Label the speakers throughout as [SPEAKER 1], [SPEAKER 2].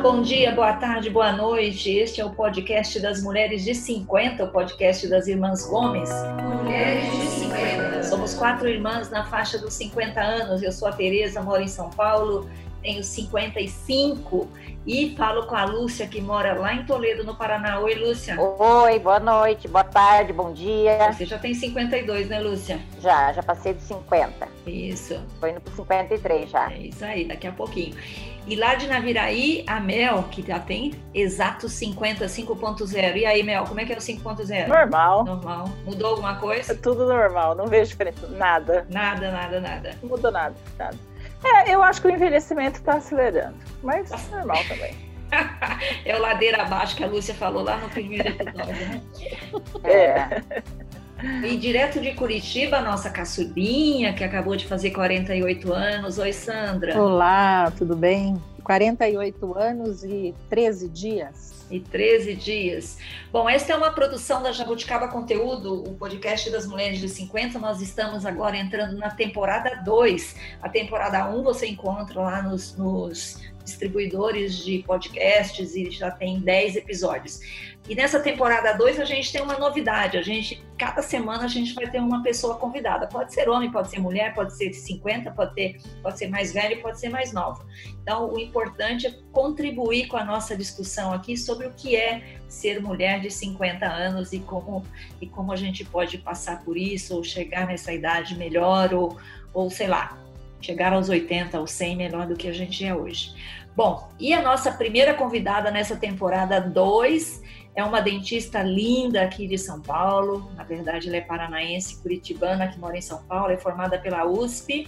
[SPEAKER 1] bom dia, boa tarde, boa noite. Este é o podcast das Mulheres de 50, o podcast das Irmãs Gomes.
[SPEAKER 2] Mulheres de 50.
[SPEAKER 1] Somos quatro irmãs na faixa dos 50 anos. Eu sou a Tereza, moro em São Paulo, tenho 55 e falo com a Lúcia, que mora lá em Toledo, no Paraná. Oi, Lúcia.
[SPEAKER 3] Oi, boa noite, boa tarde, bom dia.
[SPEAKER 1] Você já tem 52, né, Lúcia?
[SPEAKER 3] Já, já passei dos 50.
[SPEAKER 1] Isso.
[SPEAKER 3] Tô indo pro 53 já.
[SPEAKER 1] É isso aí, daqui a pouquinho. E lá de Naviraí, a Mel, que já tem exatos 50, 5.0. E aí, Mel, como é que é o 5.0?
[SPEAKER 4] Normal.
[SPEAKER 1] Normal. Mudou alguma coisa?
[SPEAKER 4] É tudo normal, não vejo diferença. Nada.
[SPEAKER 1] Nada, nada, nada.
[SPEAKER 4] Não mudou nada, nada. É, eu acho que o envelhecimento está acelerando, mas normal também.
[SPEAKER 1] é o ladeira abaixo que a Lúcia falou lá no primeiro episódio, né?
[SPEAKER 3] É.
[SPEAKER 1] E direto de Curitiba, a nossa caçulinha, que acabou de fazer 48 anos. Oi, Sandra.
[SPEAKER 5] Olá, tudo bem? 48 anos e 13 dias.
[SPEAKER 1] E 13 dias. Bom, esta é uma produção da Jabuticaba Conteúdo, o podcast das mulheres de 50. Nós estamos agora entrando na temporada 2. A temporada 1 um você encontra lá nos, nos distribuidores de podcasts e já tem 10 episódios. E nessa temporada 2 a gente tem uma novidade. A gente cada semana a gente vai ter uma pessoa convidada. Pode ser homem, pode ser mulher, pode ser de 50, pode ter, pode ser mais velho, pode ser mais novo. Então, o importante é contribuir com a nossa discussão aqui sobre o que é ser mulher de 50 anos e como e como a gente pode passar por isso ou chegar nessa idade melhor ou ou sei lá, chegar aos 80 ou 100 melhor do que a gente é hoje. Bom, e a nossa primeira convidada nessa temporada 2 é uma dentista linda aqui de São Paulo. Na verdade, ela é paranaense, curitibana, que mora em São Paulo, é formada pela USP,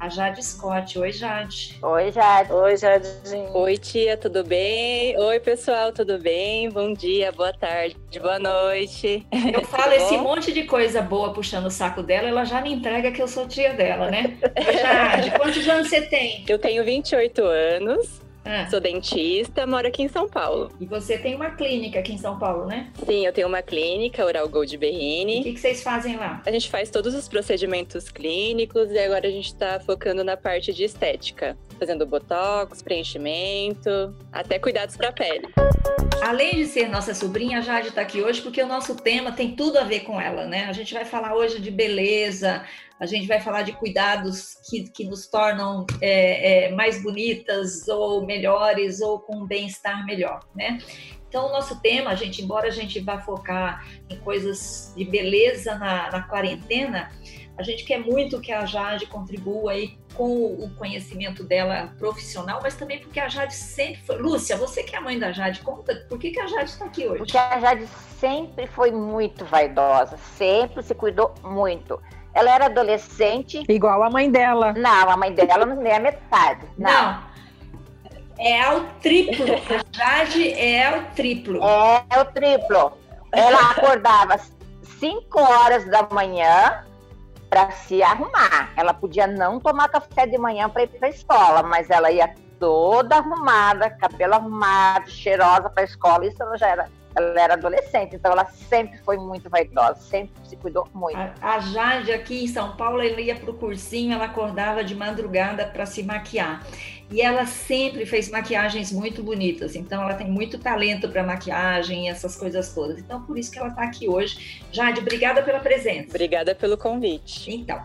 [SPEAKER 1] a Jade Scott. Oi, Jade.
[SPEAKER 3] Oi, Jade.
[SPEAKER 4] Oi, Jadinho.
[SPEAKER 6] Oi, tia, tudo bem? Oi, pessoal, tudo bem? Bom dia, boa tarde, boa noite.
[SPEAKER 1] Eu falo esse monte de coisa boa puxando o saco dela, ela já me entrega que eu sou tia dela, né? Jade, quantos anos você tem?
[SPEAKER 6] Eu tenho 28 anos. Ah. Sou dentista, moro aqui em São Paulo.
[SPEAKER 1] E você tem uma clínica aqui em São Paulo, né?
[SPEAKER 6] Sim, eu tenho uma clínica, Oral Gold Berrini.
[SPEAKER 1] O que, que, vocês fazem lá?
[SPEAKER 6] A gente faz todos os procedimentos clínicos e agora a gente está focando na parte de estética, fazendo botox, preenchimento, até cuidados para a pele.
[SPEAKER 1] Além de ser nossa sobrinha, a Jade está aqui hoje porque o nosso tema tem tudo a ver com ela, né? A gente vai falar hoje de beleza, a gente vai falar de cuidados que, que nos tornam é, é, mais bonitas ou melhores ou com um bem-estar melhor, né? Então, o nosso tema, a gente, embora a gente vá focar em coisas de beleza na, na quarentena, a gente quer muito que a Jade contribua aí com o conhecimento dela profissional, mas também porque a Jade sempre foi. Lúcia, você que é a mãe da Jade, conta por que, que a Jade está aqui hoje.
[SPEAKER 3] Porque a Jade sempre foi muito vaidosa, sempre se cuidou muito. Ela era adolescente.
[SPEAKER 5] Igual a mãe dela.
[SPEAKER 3] Não, a mãe dela não é a metade. Não. não.
[SPEAKER 1] É ao triplo. A Jade é ao triplo.
[SPEAKER 3] É o triplo. Ela acordava 5 horas da manhã para se arrumar. Ela podia não tomar café de manhã para ir para a escola, mas ela ia toda arrumada, cabelo arrumado, cheirosa para a escola. Isso ela já era ela era adolescente, então ela sempre foi muito vaidosa, sempre se cuidou muito.
[SPEAKER 5] Ah,
[SPEAKER 1] A, a Jade aqui em São Paulo, ela ia pro cursinho, ela acordava de madrugada para se maquiar. E ela sempre fez maquiagens muito bonitas, então ela tem muito talento para maquiagem e essas coisas todas. Então por isso que ela está aqui hoje. Jade, obrigada pela presença.
[SPEAKER 6] Obrigada pelo convite.
[SPEAKER 1] Então,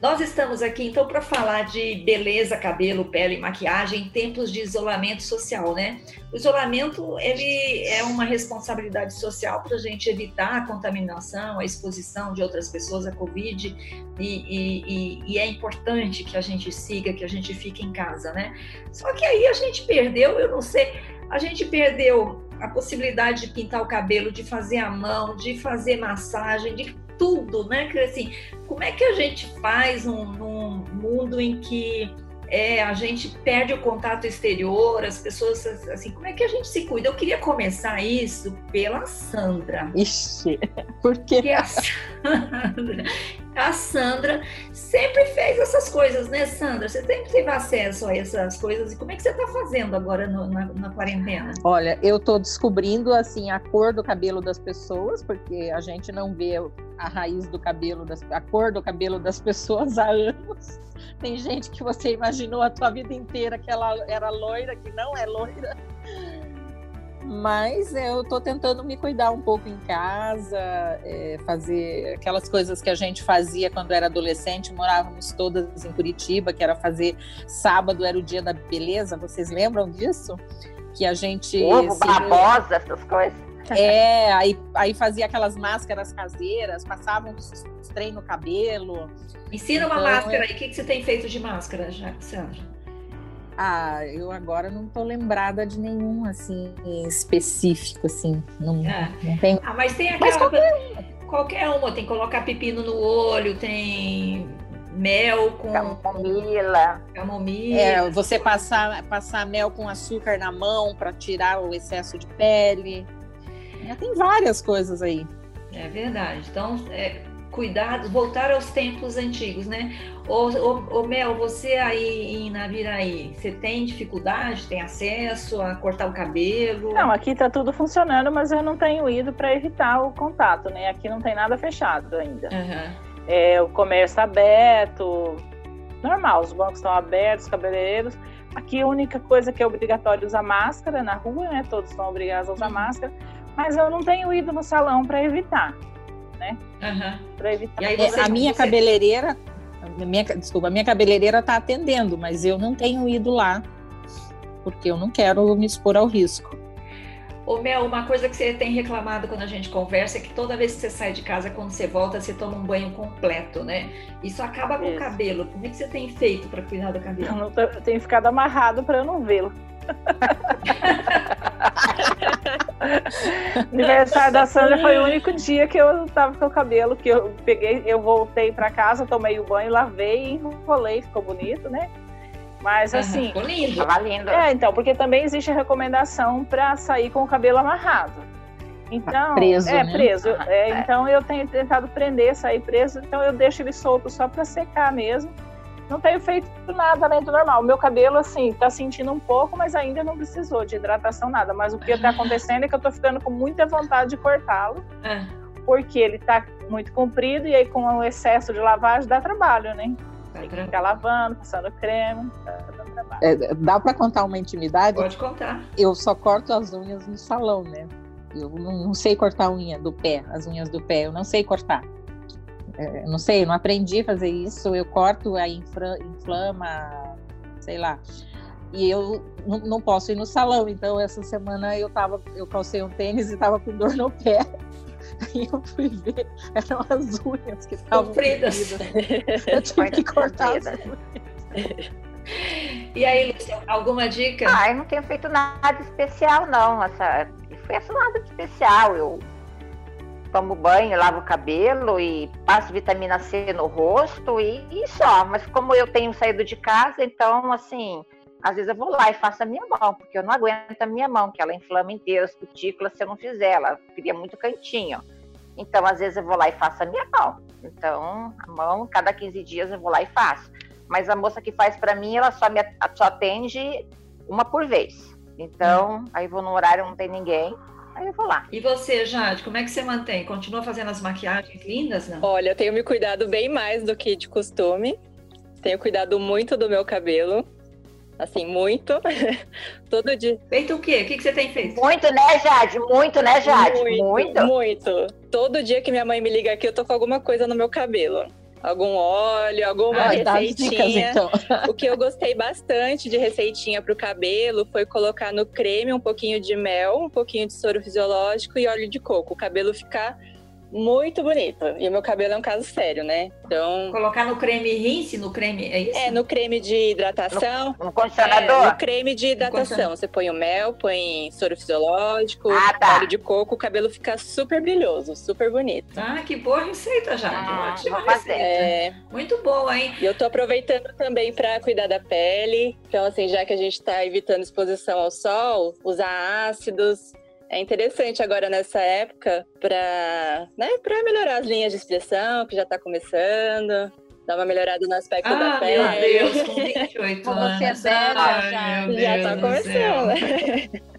[SPEAKER 1] nós estamos aqui então para falar de beleza, cabelo, pele, maquiagem em tempos de isolamento social, né? O isolamento ele é uma responsabilidade social para a gente evitar a contaminação, a exposição de outras pessoas à Covid e, e, e, e, é importante que a gente siga, que a gente fique em casa, né? Só que aí a gente perdeu, eu não sei, a gente perdeu a possibilidade de pintar o cabelo, de fazer a mão, de fazer massagem, de tudo, né? Que, assim, como é que a gente faz um, num mundo em que é, a gente perde o contato exterior, as pessoas, assim, como é que a gente se cuida? Eu queria começar isso pela Sandra.
[SPEAKER 5] Ixi, por quê?
[SPEAKER 1] Porque a Sandra, a Sandra sempre fez essas coisas, né, Sandra? Você sempre teve acesso a essas coisas. E como é que você está fazendo agora no, na, na, quarentena?
[SPEAKER 5] Olha, eu estou descobrindo, assim, a cor do cabelo das pessoas, porque a gente não vê a raiz do cabelo, das, a cor do cabelo das pessoas há anos. Tem gente que você imaginou a tua vida inteira que ela era loira, que não é loira. Mas é, eu tô tentando me cuidar um pouco em casa, é, fazer aquelas coisas que a gente fazia quando era adolescente, morávamos todas em Curitiba, que era fazer sábado era o dia da beleza, vocês lembram disso? Que a gente.
[SPEAKER 3] Ovo,
[SPEAKER 5] se-
[SPEAKER 3] babosa, essas coisas.
[SPEAKER 5] É, aí, aí fazia aquelas máscaras caseiras, passavam os trem no cabelo.
[SPEAKER 1] Ensina uma
[SPEAKER 5] Então,
[SPEAKER 1] máscara aí. O que, que você tem feito de máscara, já, Sandra?
[SPEAKER 5] Ah, eu agora não tô lembrada de nenhum assim específico, assim. Não,
[SPEAKER 1] Ah.
[SPEAKER 5] não tenho.
[SPEAKER 1] Ah, mas tem
[SPEAKER 5] Mas
[SPEAKER 1] aquela. qualquer... uma, tem que colocar pepino no olho, tem mel com
[SPEAKER 3] Camomila.
[SPEAKER 1] camomila.
[SPEAKER 5] É, você passar, passar mel com açúcar na mão para tirar o excesso de pele. É, tem várias coisas aí.
[SPEAKER 1] É verdade. Então, é, cuidado, voltar aos tempos antigos, né? Ô, ô, ô, Mel, você aí em Naviraí, você tem dificuldade, tem acesso a cortar o cabelo?
[SPEAKER 4] Não, aqui tá tudo funcionando, mas eu não tenho ido para evitar o contato, né? Aqui não tem nada fechado ainda.
[SPEAKER 1] Aham.
[SPEAKER 4] É, o comércio tá aberto, normal, os bancos estão abertos, os cabeleireiros. Aqui a única coisa que é obrigatório é usar máscara na rua, né? Todos são obrigados a
[SPEAKER 1] Uhum.
[SPEAKER 4] usar máscara, mas eu não tenho ido no salão para evitar,
[SPEAKER 1] aham.
[SPEAKER 4] para evitar.
[SPEAKER 1] E aí
[SPEAKER 5] É,
[SPEAKER 1] você-
[SPEAKER 5] a minha
[SPEAKER 1] você-
[SPEAKER 5] cabeleireira, a minha, desculpa, a minha cabeleireira tá atendendo, mas eu não tenho ido lá porque eu não quero me expor ao risco.
[SPEAKER 1] Ô Mel, uma coisa que você tem reclamado quando a gente conversa é que toda vez que você sai de casa, quando você volta, você toma um banho completo, né? Isso acaba com o
[SPEAKER 4] Isso.
[SPEAKER 1] cabelo. Como é que você tem feito para cuidar do cabelo?
[SPEAKER 4] Então, Eu tô- eu tenho ficado amarrado para eu não vê-lo. Aniversário da Sandra foi o único dia que eu tava com o cabelo, que eu peguei, eu voltei para casa, tomei o banho, lavei, enrolei, ficou bonito, né? Mas
[SPEAKER 1] Aham,
[SPEAKER 4] assim,
[SPEAKER 1] Ficou lindo.
[SPEAKER 3] Tava lindo.
[SPEAKER 4] é, então, porque também existe a recomendação para sair com o cabelo amarrado. Então,
[SPEAKER 5] Preso,
[SPEAKER 4] é
[SPEAKER 5] né?
[SPEAKER 4] preso.
[SPEAKER 3] Ah,
[SPEAKER 4] É,
[SPEAKER 3] é.
[SPEAKER 4] Então eu tenho tentado prender, sair preso, então eu deixo ele solto só para secar mesmo. Não tenho feito nada além do normal. O meu cabelo, assim, tá sentindo um pouco, mas ainda não precisou de hidratação, nada. Mas o que tá acontecendo é que eu tô ficando com muita vontade de cortá-lo,
[SPEAKER 1] Ah,
[SPEAKER 4] porque ele tá muito comprido e aí com o excesso de lavagem dá trabalho,
[SPEAKER 1] tá
[SPEAKER 4] né? Tem que
[SPEAKER 1] tranquilo.
[SPEAKER 4] ficar lavando, passando creme, tá dando trabalho.
[SPEAKER 5] É, dá para contar uma intimidade?
[SPEAKER 1] Pode contar.
[SPEAKER 5] eu só corto as unhas no salão, né? Eu não, não sei cortar a unha do pé, as unhas do pé, eu não sei cortar. É, eu não sei, eu não aprendi a fazer isso. Eu corto, aí infra- inflama, sei lá. E eu não, não posso ir no salão, então essa semana eu tava, eu calcei um tênis e tava com dor no pé. Aí eu fui ver, eram as unhas que estavam
[SPEAKER 1] Compridas.
[SPEAKER 5] Eu tive que cortar as unhas.
[SPEAKER 1] E aí, Lúcia, alguma dica?
[SPEAKER 3] Ah, eu não tenho feito nada especial, não. Essa... Não foi essa nada de especial. Eu tomo banho, lavo o cabelo e passo vitamina C no rosto e, e só. Mas como eu tenho saído de casa, então, assim, às vezes eu vou lá e faço a minha mão, porque eu não aguento a minha mão, que ela inflama inteira as cutículas se eu não fizer. Ela cria muito cantinho. Então, às vezes eu vou lá e faço a minha mão. Então, a mão, cada 15 dias eu vou lá e faço. Mas a moça que faz pra mim, ela só me at- só atende uma por vez. Então, aí vou num horário não tem ninguém, aí eu vou lá.
[SPEAKER 1] E você, Jade, como é que você mantém? Continua fazendo as maquiagens lindas, não?
[SPEAKER 6] Olha, eu tenho me cuidado bem mais do que de costume. Tenho cuidado muito do meu cabelo. Assim, muito. Todo dia.
[SPEAKER 1] Feito o quê? O que, que você tem feito?
[SPEAKER 3] Muito, né, Jade? Muito,
[SPEAKER 5] É,
[SPEAKER 3] né, Jade? Muito.
[SPEAKER 6] Muito. Todo dia que minha mãe me liga aqui, eu tô com alguma coisa no meu cabelo. Algum óleo, alguma
[SPEAKER 5] Ah, dá as dicas,
[SPEAKER 6] receitinha.
[SPEAKER 5] então.
[SPEAKER 6] O que eu gostei bastante de receitinha para o cabelo foi colocar no creme um pouquinho de mel, um pouquinho de soro fisiológico e óleo de coco. O cabelo ficar muito bonito. E o meu cabelo é um caso sério, né? Então,
[SPEAKER 1] Colocar no creme rinse, no creme, é isso?
[SPEAKER 6] é no creme de hidratação.
[SPEAKER 3] Um
[SPEAKER 6] É,
[SPEAKER 3] condicionador?
[SPEAKER 6] no creme de hidratação. Você põe o mel, põe soro fisiológico,
[SPEAKER 3] Ah, tá.
[SPEAKER 6] óleo de coco, o cabelo fica super brilhoso, super bonito.
[SPEAKER 1] Ah, que boa receita, Jade.
[SPEAKER 3] Ah,
[SPEAKER 1] Ótima
[SPEAKER 3] vou fazer.
[SPEAKER 1] receita.
[SPEAKER 6] É,
[SPEAKER 1] Muito boa, hein?
[SPEAKER 6] E eu tô aproveitando também pra cuidar da pele. Então, assim, já que a gente tá evitando exposição ao sol, usar ácidos. É interessante agora nessa época pra, né, pra melhorar as linhas de expressão, que já tá começando, dar uma melhorada no aspecto da
[SPEAKER 1] Ah,
[SPEAKER 6] pele.
[SPEAKER 1] meu Deus, com 28
[SPEAKER 5] Como você
[SPEAKER 1] anos.
[SPEAKER 5] é velha,
[SPEAKER 1] Ai,
[SPEAKER 5] Jade.
[SPEAKER 1] meu
[SPEAKER 6] Já
[SPEAKER 1] Deus
[SPEAKER 6] tá
[SPEAKER 1] do céu.
[SPEAKER 6] começando.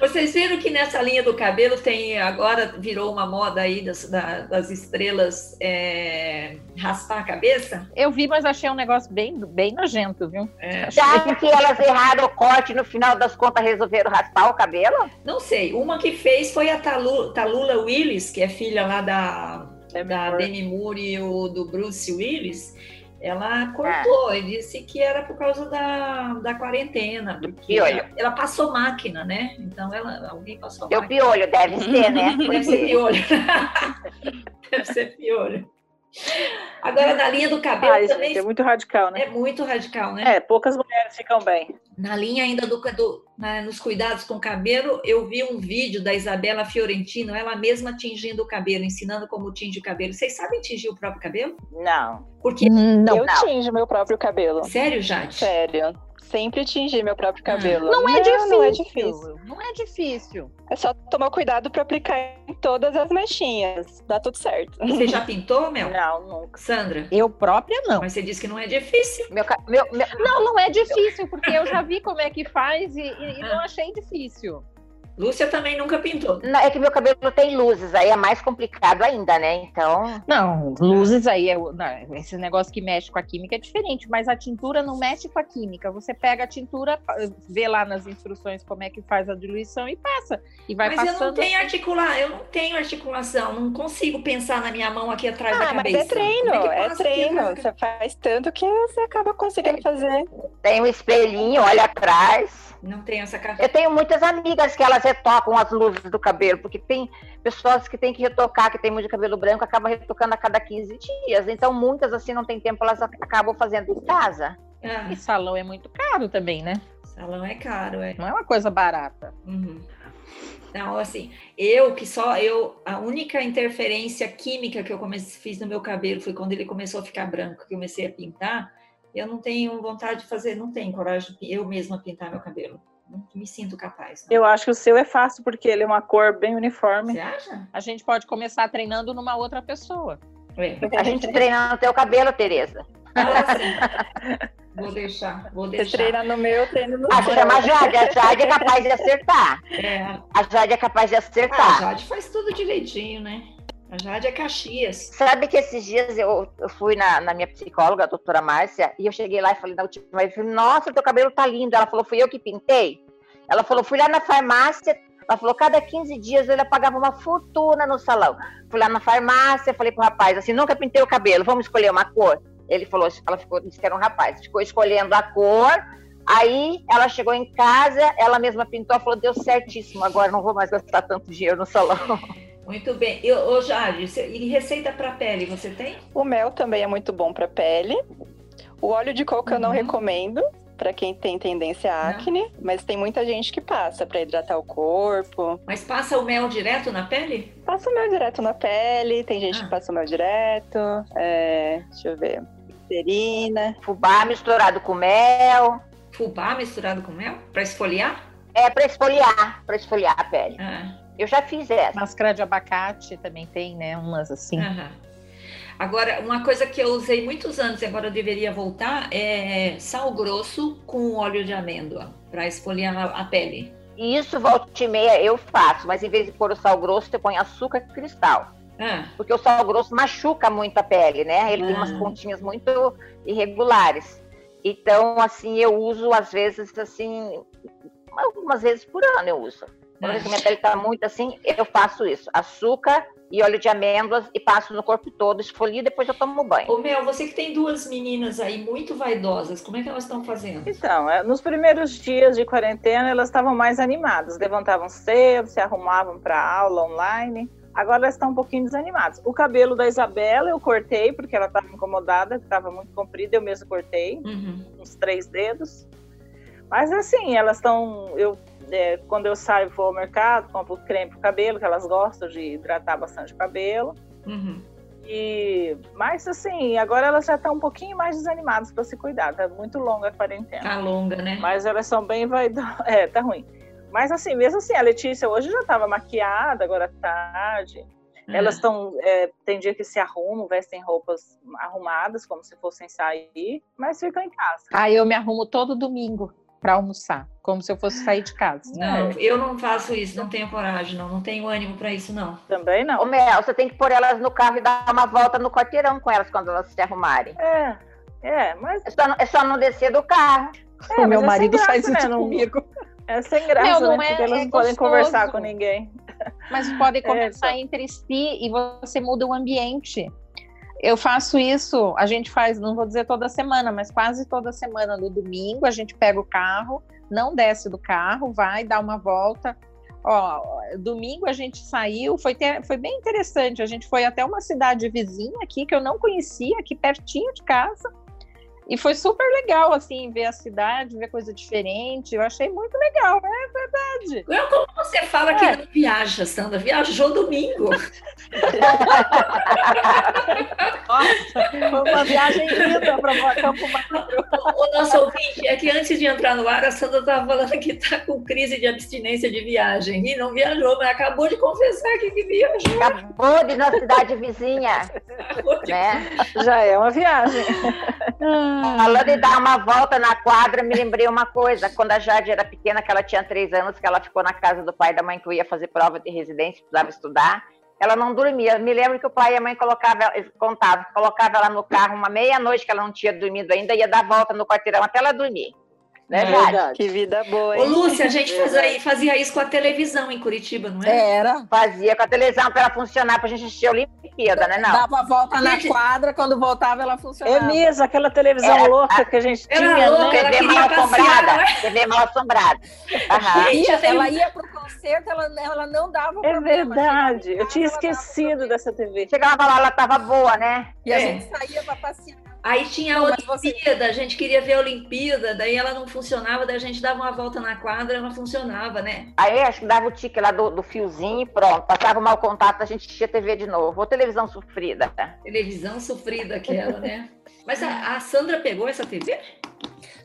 [SPEAKER 1] Vocês viram que nessa linha do cabelo tem agora virou uma moda aí das, da- das estrelas é, raspar a cabeça?
[SPEAKER 5] Eu vi, mas achei um negócio bem, bem nojento, viu?
[SPEAKER 1] É,
[SPEAKER 3] Já que elas erraram o corte no final das contas resolveram raspar o cabelo?
[SPEAKER 1] não sei. Uma que fez foi a Talu- Talula Willis, que é filha lá da, da Demi Moore e o- do Bruce Willis. Ela cortou e disse que era por causa da, da quarentena, porque
[SPEAKER 3] piolho.
[SPEAKER 1] ela, ela passou máquina, né? Então ela, alguém passou
[SPEAKER 3] Deu
[SPEAKER 1] máquina.
[SPEAKER 3] piolho, deve ser, né?
[SPEAKER 1] Deve ser
[SPEAKER 3] Porque
[SPEAKER 1] piolho. Deve ser piolho. Agora, na linha do cabelo
[SPEAKER 4] Ai,
[SPEAKER 1] Ah, também
[SPEAKER 4] gente, é muito radical, né?
[SPEAKER 1] é muito radical, né?
[SPEAKER 4] É, poucas mulheres ficam bem.
[SPEAKER 1] Na linha ainda do, do- na- nos cuidados com o cabelo, eu vi um vídeo da Isabela Fiorentino, ela mesma tingindo o cabelo, ensinando como tinge o cabelo. Vocês sabem tingir o próprio cabelo?
[SPEAKER 3] Não.
[SPEAKER 1] Porque,
[SPEAKER 5] Não.
[SPEAKER 6] eu
[SPEAKER 3] não.
[SPEAKER 6] tinge meu próprio cabelo.
[SPEAKER 1] sério, Jade?
[SPEAKER 6] Sério. Sempre tingi meu próprio
[SPEAKER 1] Ah.
[SPEAKER 6] cabelo.
[SPEAKER 5] Não é difícil.
[SPEAKER 6] Não é difícil.
[SPEAKER 5] Não é difícil.
[SPEAKER 6] É só tomar cuidado pra aplicar em todas as mechinhas. Dá tudo certo.
[SPEAKER 1] Você já pintou, Mel?
[SPEAKER 4] Não,
[SPEAKER 1] É
[SPEAKER 4] nunca.
[SPEAKER 1] Sandra?
[SPEAKER 5] Eu própria não.
[SPEAKER 1] Mas você disse que não é difícil.
[SPEAKER 3] Meu, ca- meu, meu-
[SPEAKER 5] Não, não é difícil, porque eu já vi como é que faz e, e- e não achei difícil.
[SPEAKER 1] Lúcia também nunca pintou.
[SPEAKER 3] não, é que meu cabelo tem luzes, aí é mais complicado ainda, né? Então,
[SPEAKER 5] Não, luzes aí, é o- não, esse negócio que mexe com a química é diferente, mas a tintura não mexe com a química. Você pega a tintura, pa- vê lá nas instruções como é que faz a diluição e passa. E vai
[SPEAKER 1] Mas eu
[SPEAKER 5] passando.
[SPEAKER 1] não
[SPEAKER 6] assim.
[SPEAKER 1] tenho articular, eu não tenho articulação, não consigo pensar na minha mão aqui atrás da
[SPEAKER 6] Ah, mas
[SPEAKER 1] cabeça.
[SPEAKER 6] é treino,
[SPEAKER 1] Como que
[SPEAKER 6] é,
[SPEAKER 1] passa aqui né?
[SPEAKER 6] treino.
[SPEAKER 1] na-
[SPEAKER 6] Você faz tanto que você acaba
[SPEAKER 1] É.
[SPEAKER 6] conseguindo fazer.
[SPEAKER 3] tem um espelhinho, olha atrás.
[SPEAKER 1] Não tenho essa cara.
[SPEAKER 3] Eu tenho muitas amigas que elas retocam as luzes do cabelo, porque tem pessoas que têm que retocar, que tem muito cabelo branco, acaba retocando a cada 15 dias. Então, muitas, assim, não tem tempo, elas acabam fazendo em casa.
[SPEAKER 1] Ah,
[SPEAKER 5] E salão é muito caro também, né?
[SPEAKER 1] salão é caro, é.
[SPEAKER 5] Não é uma coisa barata.
[SPEAKER 1] Uhum. Não, assim, eu que só eu a única interferência química que eu comecei, fiz no meu cabelo foi quando ele começou a ficar branco, que eu comecei a pintar. Eu não tenho vontade de fazer, não tenho coragem de pin- eu mesma pintar meu cabelo. Não me sinto capaz. não.
[SPEAKER 4] Eu acho que o seu é fácil, porque ele é uma cor bem uniforme.
[SPEAKER 1] Você acha?
[SPEAKER 5] A gente pode começar treinando numa outra pessoa.
[SPEAKER 1] É.
[SPEAKER 3] A gente treina no teu cabelo, Tereza.
[SPEAKER 1] Fala assim. Vou deixar, vou
[SPEAKER 6] Você
[SPEAKER 1] deixar.
[SPEAKER 6] treina no meu, eu treino no
[SPEAKER 3] Ah,
[SPEAKER 6] seu.
[SPEAKER 3] chama a Jade. A Jade é capaz de acertar.
[SPEAKER 1] É, a
[SPEAKER 3] A Jade é capaz de
[SPEAKER 1] a
[SPEAKER 3] acertar.
[SPEAKER 1] Jade faz tudo direitinho, né? A Jade é Caxias.
[SPEAKER 3] Sabe que esses dias eu, eu fui na, na minha psicóloga, a doutora Márcia, e eu cheguei lá e falei na última vez, eu falei, nossa, teu cabelo tá lindo. Ela falou, fui eu que pintei. Ela falou, fui lá na farmácia, ela falou, cada 15 dias ela pagava uma fortuna no salão. Fui lá na farmácia, falei pro rapaz, assim, nunca pintei o cabelo, vamos escolher uma cor. Ele falou, ela ficou, disse que era um rapaz, ficou escolhendo a cor, aí ela chegou em casa, ela mesma pintou, falou, deu certíssimo, agora não vou mais gastar tanto dinheiro no salão.
[SPEAKER 1] Muito bem. Eu, ô Jade, você- e receita para pele você tem?
[SPEAKER 6] O mel também é muito bom pra pele. O óleo de coco eu não
[SPEAKER 1] Uhum.
[SPEAKER 6] recomendo pra quem tem tendência à
[SPEAKER 1] Não.
[SPEAKER 6] acne, mas tem muita gente que passa pra hidratar o corpo.
[SPEAKER 1] Mas passa o mel direto na pele?
[SPEAKER 6] Passa o mel direto na pele, tem gente
[SPEAKER 1] Ah.
[SPEAKER 6] que passa o mel direto. é, deixa eu ver. Serina.
[SPEAKER 3] Fubá misturado com mel.
[SPEAKER 1] Fubá misturado com mel? Para esfoliar?
[SPEAKER 3] É pra esfoliar, pra esfoliar a pele.
[SPEAKER 1] Ah,
[SPEAKER 3] Eu já fiz essa.
[SPEAKER 5] Máscara de abacate também tem, né? Umas assim.
[SPEAKER 1] aham. Agora, uma coisa que eu usei muitos anos e agora eu deveria voltar é sal grosso com óleo de amêndoa para esfoliar a- a pele.
[SPEAKER 3] E isso volta e meia eu faço, mas em vez de pôr o sal grosso, você põe açúcar cristal.
[SPEAKER 1] Ah,
[SPEAKER 3] Porque o sal grosso machuca muito a pele, né? Ele tem
[SPEAKER 1] Ah.
[SPEAKER 3] umas pontinhas muito irregulares. Então, assim, eu uso às vezes, assim, algumas vezes por ano eu uso. Quando eu vejo que minha pele tá muito assim, eu faço isso. Açúcar e óleo de amêndoas e passo no corpo todo, esfolio e depois eu tomo banho.
[SPEAKER 1] Ô Mel, você que tem duas meninas aí muito vaidosas, como é que elas estão fazendo?
[SPEAKER 4] Então, é, nos primeiros dias de quarentena, elas estavam mais animadas, levantavam cedo, se arrumavam para aula online. Agora elas estão um pouquinho desanimadas. O cabelo da Isabela eu cortei, porque ela estava incomodada, que estava muito comprido, eu mesmo cortei,
[SPEAKER 1] Uhum.
[SPEAKER 4] uns três dedos. Mas assim, elas estão. Eu, é, quando eu saio vou ao mercado, compro creme pro cabelo, que elas gostam de hidratar bastante o cabelo.
[SPEAKER 1] Uhum.
[SPEAKER 4] E, mas assim, agora elas já estão um pouquinho mais desanimadas para se cuidar. Tá muito longa a quarentena.
[SPEAKER 1] Tá longa, né?
[SPEAKER 4] Mas elas são bem vaidosas. É, tá ruim. Mas assim, mesmo assim, a Letícia hoje já estava maquiada, agora à tarde.
[SPEAKER 5] Hum.
[SPEAKER 4] Elas
[SPEAKER 1] Ah,
[SPEAKER 4] estão. é, tem dia que se arrumam, vestem roupas arrumadas, como se fossem sair, mas ficam em casa.
[SPEAKER 5] Ah, eu me arrumo todo domingo. para almoçar, como se eu fosse sair de casa.
[SPEAKER 1] Uhum. Não, eu não faço isso, não tenho coragem, não, não tenho ânimo para isso, não.
[SPEAKER 4] Também
[SPEAKER 3] Ô,
[SPEAKER 4] não.
[SPEAKER 3] Mel, você tem que pôr elas no carro e dar uma volta no quarteirão com elas quando elas se arrumarem.
[SPEAKER 4] É, é, mas
[SPEAKER 3] É só, não- é só não descer do carro.
[SPEAKER 4] é,
[SPEAKER 5] o meu
[SPEAKER 4] mas é
[SPEAKER 5] marido
[SPEAKER 4] sem graça,
[SPEAKER 5] faz isso
[SPEAKER 4] né? não-
[SPEAKER 5] comigo.
[SPEAKER 4] É sem graça,
[SPEAKER 5] Não, não
[SPEAKER 4] né?
[SPEAKER 5] é-
[SPEAKER 4] Porque elas
[SPEAKER 5] é
[SPEAKER 4] não podem
[SPEAKER 5] gostoso.
[SPEAKER 4] conversar com ninguém.
[SPEAKER 5] mas podem
[SPEAKER 4] É,
[SPEAKER 5] conversar
[SPEAKER 4] só-
[SPEAKER 5] entre si e você muda o ambiente. Eu faço isso, a gente faz, não vou dizer toda semana, mas quase toda semana no domingo a gente pega o carro, não desce do carro, vai dar uma volta. Ó, domingo a gente saiu, foi, ter- foi bem interessante. A gente foi até uma cidade vizinha aqui que eu não conhecia, aqui pertinho de casa. E foi super legal, assim, ver a cidade, ver coisa diferente. Eu achei muito legal, né?
[SPEAKER 1] Eu, como você fala que
[SPEAKER 5] É.
[SPEAKER 1] não viaja, Sandra? Viajou domingo.
[SPEAKER 4] Foi uma viagem linda para Campo Maior.
[SPEAKER 1] o nosso ouvinte é que antes de entrar no ar, a Sandra estava falando que está com crise de abstinência de viagem. E não viajou, mas acabou de confessar aqui que viajou.
[SPEAKER 3] Acabou de ir na cidade vizinha,
[SPEAKER 1] Acabou de-
[SPEAKER 3] né?
[SPEAKER 4] Já é uma viagem.
[SPEAKER 3] Falando em dar uma volta na quadra, me lembrei uma coisa. Quando a Jade era pequena, que ela tinha três anos, que ela ficou na casa do pai e da mãe, que eu ia fazer prova de residência, precisava estudar. Ela não dormia. Me lembro que o pai e a mãe colocava, ela- contava, colocava ela no carro uma meia-noite, que ela não tinha dormido ainda, ia dar volta no quarteirão até ela dormir. Né,
[SPEAKER 5] É
[SPEAKER 3] Jade?
[SPEAKER 6] Que vida boa,
[SPEAKER 1] Ô,
[SPEAKER 6] hein?
[SPEAKER 1] Lúcia, a gente fazia, fazia isso com a televisão em Curitiba, não é?
[SPEAKER 5] Era.
[SPEAKER 3] Fazia com a televisão para ela funcionar, pra gente assistir a Olimpíada, né? Não.
[SPEAKER 5] Dava a volta na
[SPEAKER 1] Gente-
[SPEAKER 5] quadra, quando voltava ela funcionava.
[SPEAKER 4] É mesmo, aquela televisão
[SPEAKER 5] É.
[SPEAKER 3] Era-
[SPEAKER 4] louca que a gente
[SPEAKER 1] era
[SPEAKER 4] tinha,
[SPEAKER 1] louca,
[SPEAKER 4] né?
[SPEAKER 1] ela
[SPEAKER 3] TV
[SPEAKER 1] queria
[SPEAKER 3] mal
[SPEAKER 1] passear, né?
[SPEAKER 3] assombrada. TV mal assombrada. Aham.
[SPEAKER 5] Ela ia-
[SPEAKER 1] Gente, eu
[SPEAKER 5] Ela ia pro concerto, ela, ela não dava
[SPEAKER 4] É
[SPEAKER 5] problema.
[SPEAKER 4] verdade.
[SPEAKER 5] Chegava em
[SPEAKER 4] Eu tinha
[SPEAKER 5] casa, ela dava
[SPEAKER 4] esquecido
[SPEAKER 5] problema.
[SPEAKER 4] dessa TV.
[SPEAKER 3] Chegava lá, ela tava boa, né?
[SPEAKER 5] E
[SPEAKER 1] É.
[SPEAKER 5] a
[SPEAKER 1] Então,
[SPEAKER 5] gente saía pra passear.
[SPEAKER 1] Aí tinha a
[SPEAKER 5] Não, mas você-
[SPEAKER 1] Olimpíada, a gente queria ver a Olimpíada, daí ela não funcionava, daí a gente dava uma volta na quadra, ela funcionava, né?
[SPEAKER 3] Aí acho que dava o tique lá do, do fiozinho e pronto. Passava o mau contato, a gente tinha TV de novo. Ou televisão sofrida.
[SPEAKER 1] Televisão sofrida aquela, né? Mas a, a Sandra pegou essa TV?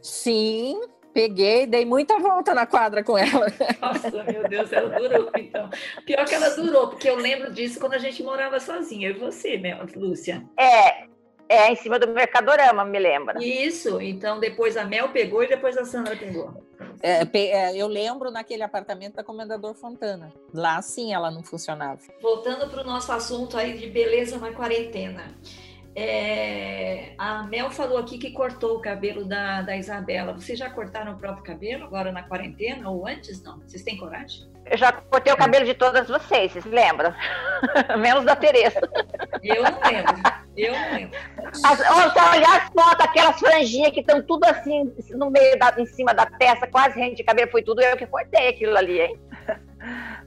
[SPEAKER 5] Sim, peguei, dei muita volta na quadra com ela.
[SPEAKER 1] Nossa, meu Deus, ela durou, então. Pior que ela durou, porque eu lembro disso quando a gente morava sozinha, eu e você, né, Lúcia?
[SPEAKER 3] É, é em cima do Mercadorama, me lembra.
[SPEAKER 1] Isso, então depois a Mel pegou e depois a Sandra pegou.
[SPEAKER 5] É, pe- é, eu lembro naquele apartamento da Comendador Fontana. Lá sim ela não funcionava.
[SPEAKER 1] Voltando para o nosso assunto aí de beleza na quarentena. É, a Mel falou aqui que cortou o cabelo da, da Isabela. Vocês já cortaram o próprio cabelo agora na quarentena ou antes? Não? Vocês têm coragem?
[SPEAKER 3] Eu já cortei o cabelo de todas vocês, vocês lembram? Menos da Tereza.
[SPEAKER 1] Eu não lembro. Eu não lembro.
[SPEAKER 3] As, ou se eu olhar as fotos, aquelas franjinhas que estão tudo assim, no meio, da, em cima da testa, quase rente de cabelo, foi tudo eu que cortei aquilo ali, hein?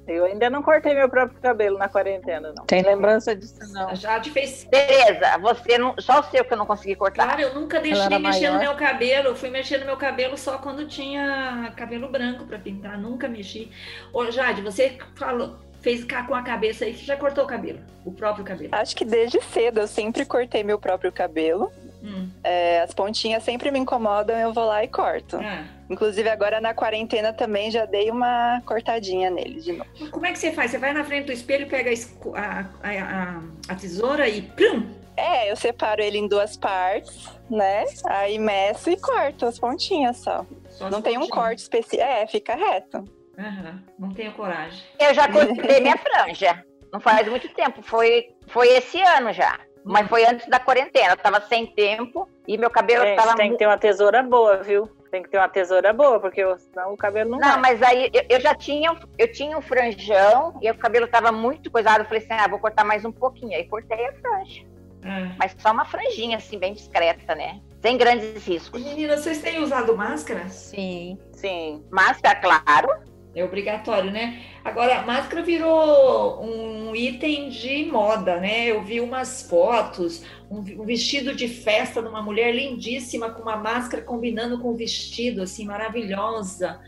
[SPEAKER 4] Eu ainda não cortei meu próprio cabelo na quarentena, não.
[SPEAKER 5] Tem lembrança disso, não.
[SPEAKER 1] A Jade fez.
[SPEAKER 3] Tereza, você não. Só o seu que eu não consegui cortar.
[SPEAKER 1] Claro, eu nunca
[SPEAKER 5] Ela
[SPEAKER 1] deixei
[SPEAKER 5] era
[SPEAKER 1] mexer no
[SPEAKER 5] maior.
[SPEAKER 1] meu cabelo. Eu fui mexer no meu cabelo só quando tinha cabelo branco para pintar. Nunca mexi. Ô, Jade, você falou, fez cá com a cabeça aí que já cortou o cabelo, o próprio cabelo.
[SPEAKER 6] Acho que desde cedo eu sempre cortei meu próprio cabelo.
[SPEAKER 1] Hum.
[SPEAKER 6] É, as pontinhas sempre me incomodam, eu vou lá e corto.
[SPEAKER 1] Ah.
[SPEAKER 6] Inclusive agora na quarentena também já dei uma cortadinha nele de novo.
[SPEAKER 1] Como é que você faz? Você vai na frente do espelho, pega a, esco- a- a- a- a tesoura e plum!
[SPEAKER 6] É, eu separo ele em duas partes, né? Aí meço e corto as pontinhas só.
[SPEAKER 1] Só
[SPEAKER 6] Não
[SPEAKER 1] as
[SPEAKER 6] tem um
[SPEAKER 1] pontinhas.
[SPEAKER 6] corte específico. É, fica reto.
[SPEAKER 1] Aham, Não tenho coragem.
[SPEAKER 3] Eu já cortei minha franja. Não faz muito tempo, foi, foi esse ano já. Mas foi antes da quarentena. Eu tava sem tempo e meu cabelo
[SPEAKER 4] Gente,
[SPEAKER 3] tava
[SPEAKER 4] tem que
[SPEAKER 3] muito.
[SPEAKER 4] ter uma tesoura boa, viu? Tem que ter uma tesoura boa, porque eu- senão o cabelo não,
[SPEAKER 3] Não,
[SPEAKER 4] vai.
[SPEAKER 3] mas aí eu, eu já tinha, um- eu tinha um franjão e o cabelo tava muito coisado. Eu falei assim, ah, vou cortar mais um pouquinho. Aí cortei a franja.
[SPEAKER 1] Ah.
[SPEAKER 3] Mas só uma franjinha, assim, bem discreta, né? Sem grandes riscos.
[SPEAKER 1] Meninas, vocês têm usado máscaras?
[SPEAKER 5] Sim.
[SPEAKER 4] Sim.
[SPEAKER 3] Máscara, claro.
[SPEAKER 1] É obrigatório, né? Agora, máscara virou um item de moda, né? Eu vi umas fotos, um, vi- um vestido de festa de uma mulher lindíssima com uma máscara combinando com o vestido, assim, maravilhosa.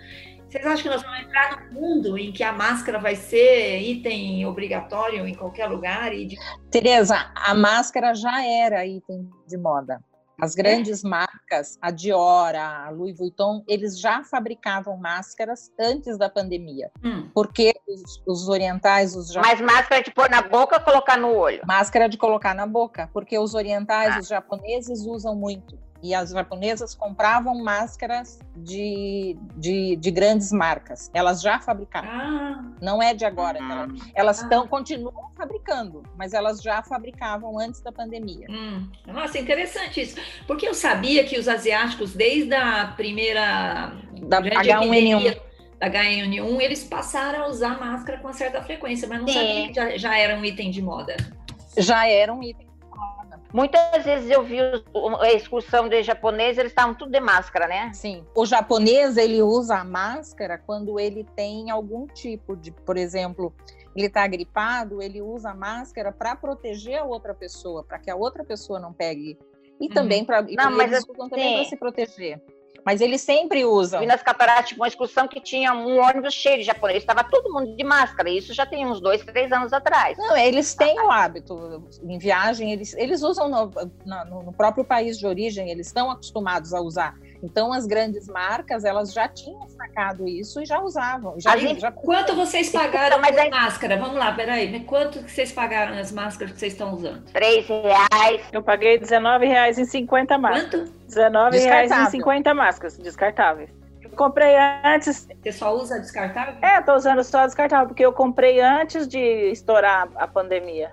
[SPEAKER 1] Vocês acham que nós vamos entrar num mundo em que a máscara vai ser item obrigatório em qualquer lugar e de
[SPEAKER 5] Tereza, a máscara já era item de moda. As
[SPEAKER 1] É.
[SPEAKER 5] grandes marcas, a Dior, a Louis Vuitton, eles já fabricavam máscaras antes da pandemia.
[SPEAKER 1] Hum.
[SPEAKER 5] Porque os, os orientais, os japoneses,
[SPEAKER 3] Mas máscara de pôr na boca, colocar no olho.
[SPEAKER 1] Ah.
[SPEAKER 5] máscara de colocar na boca, porque os orientais, os japoneses usam muito. e as japonesas compravam máscaras de, de, de grandes marcas. Elas já fabricavam.
[SPEAKER 1] Ah,
[SPEAKER 5] Não é de agora. que elas- elas
[SPEAKER 1] Ah.
[SPEAKER 5] estão continuam fabricando, mas elas já fabricavam antes da pandemia.
[SPEAKER 1] hum. Nossa, interessante isso. Porque eu sabia que os asiáticos, desde a primeira
[SPEAKER 5] Da
[SPEAKER 1] grande
[SPEAKER 5] H1N1.
[SPEAKER 1] epidemia da H1N1, eles passaram a usar máscara com certa frequência, mas não
[SPEAKER 3] Sim.
[SPEAKER 1] sabia que já, já era um item de moda.
[SPEAKER 5] Já eram item.
[SPEAKER 3] Muitas vezes eu vi os- o- a excursão de japonês, eles estavam tudo de máscara, né?
[SPEAKER 5] Sim. O japonês ele usa a máscara quando ele tem algum tipo de, por exemplo, ele está gripado, ele usa a máscara para proteger a outra pessoa, para que a outra pessoa não pegue. E
[SPEAKER 1] Uhum.
[SPEAKER 5] também para eles
[SPEAKER 3] Não, mas
[SPEAKER 5] usam também
[SPEAKER 3] assim-
[SPEAKER 5] para se proteger. Mas eles sempre
[SPEAKER 4] Então.
[SPEAKER 5] usam.
[SPEAKER 3] Vi nas cataratas tipo, uma excursão que tinha um ônibus cheio de japonês, estava todo mundo de máscara, e isso já tem uns dois, três anos atrás.
[SPEAKER 5] Não, eles têm o hábito em viagem, eles, eles usam no, na- no- no próprio país de origem, eles estão acostumados a usar. Então, as grandes marcas, elas já tinham sacado isso e já usavam. Já,
[SPEAKER 3] A gente-
[SPEAKER 5] já-
[SPEAKER 1] Quanto vocês pagaram
[SPEAKER 3] Então, mas
[SPEAKER 1] por
[SPEAKER 3] é- aí-
[SPEAKER 1] máscara? Vamos lá, peraí. mas Quanto que vocês pagaram nas máscaras que vocês estão usando?
[SPEAKER 3] Três reais,
[SPEAKER 4] Eu paguei R$19,50 máscaras.
[SPEAKER 1] Quanto?
[SPEAKER 4] R$19,50 máscaras, descartáveis. Eu comprei antes,
[SPEAKER 1] Você só usa descartável?
[SPEAKER 4] é, tô usando só descartável, porque eu comprei antes de estourar a pandemia.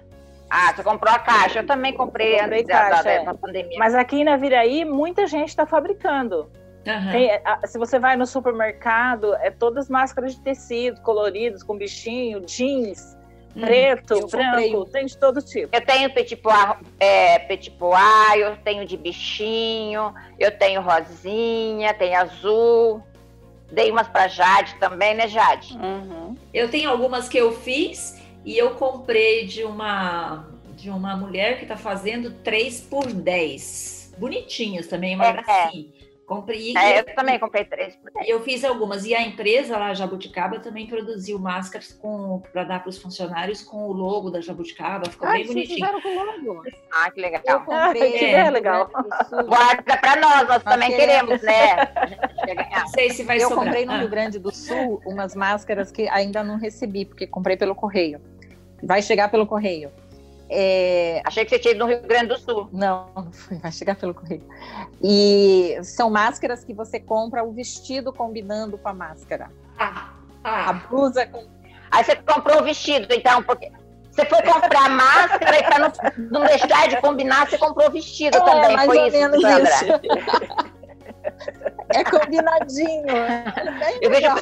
[SPEAKER 3] Ah, você comprou a caixa. Eu também comprei
[SPEAKER 4] Comprei
[SPEAKER 3] antes da, da-
[SPEAKER 4] caixa, é.
[SPEAKER 3] da pandemia.
[SPEAKER 4] Mas aqui em Naviraí, muita gente está fabricando.
[SPEAKER 3] É.
[SPEAKER 1] Aham.
[SPEAKER 5] É.
[SPEAKER 4] Tem, a- se você vai no supermercado, é todas máscaras de tecido, coloridos, com bichinho, jeans,
[SPEAKER 1] Uhum.
[SPEAKER 4] preto,
[SPEAKER 5] Hum, eu comprei um.
[SPEAKER 4] branco, tem de todo tipo.
[SPEAKER 3] Eu tenho petit pois, é, petit pois, eu tenho de bichinho, eu tenho rosinha, tenho azul. Dei umas pra Jade também, né, Jade?
[SPEAKER 6] Uhum.
[SPEAKER 1] Eu tenho algumas que eu fiz e eu comprei de uma de uma mulher que tá fazendo 3 por 10. Bonitinhas também, uma
[SPEAKER 3] É.
[SPEAKER 1] gracinha. Comprei e
[SPEAKER 3] É, eu também comprei três.
[SPEAKER 1] É, eu fiz algumas. E a empresa lá, Jabuticaba, também produziu máscaras para dar para os funcionários com o logo da Jabuticaba. Ficou bem
[SPEAKER 5] Ah, vocês
[SPEAKER 1] bonitinho.
[SPEAKER 5] fizeram com Então, logo.
[SPEAKER 3] Ah, que legal.
[SPEAKER 5] Eu comprei. é,
[SPEAKER 4] que
[SPEAKER 5] no Rio
[SPEAKER 4] legal.
[SPEAKER 5] Grande do Sul.
[SPEAKER 3] Guarda pra nós, nós também
[SPEAKER 5] queremos.
[SPEAKER 3] queremos, né? A gente quer ganhar.
[SPEAKER 1] Não sei se vai
[SPEAKER 5] Eu
[SPEAKER 1] sobrar.
[SPEAKER 5] comprei no
[SPEAKER 1] Ah,
[SPEAKER 5] Rio Grande do Sul umas máscaras que ainda não recebi, porque comprei pelo correio. Vai chegar pelo correio. É,
[SPEAKER 3] Achei que você tinha ido no Rio Grande do Sul.
[SPEAKER 5] Não, não foi, vai chegar pelo correio. E são máscaras que você compra o vestido combinando com a máscara.
[SPEAKER 1] ah,
[SPEAKER 5] A
[SPEAKER 1] ah.
[SPEAKER 5] blusa com.
[SPEAKER 3] Aí você comprou o vestido, então, porque. Você foi comprar máscara e pra não, não deixar de combinar, você comprou o vestido também.
[SPEAKER 5] É, mais
[SPEAKER 3] Foi
[SPEAKER 5] ou
[SPEAKER 3] isso,
[SPEAKER 5] menos
[SPEAKER 3] Sandra.
[SPEAKER 5] isso. é combinadinho. É
[SPEAKER 3] Eu vejo,
[SPEAKER 5] legal.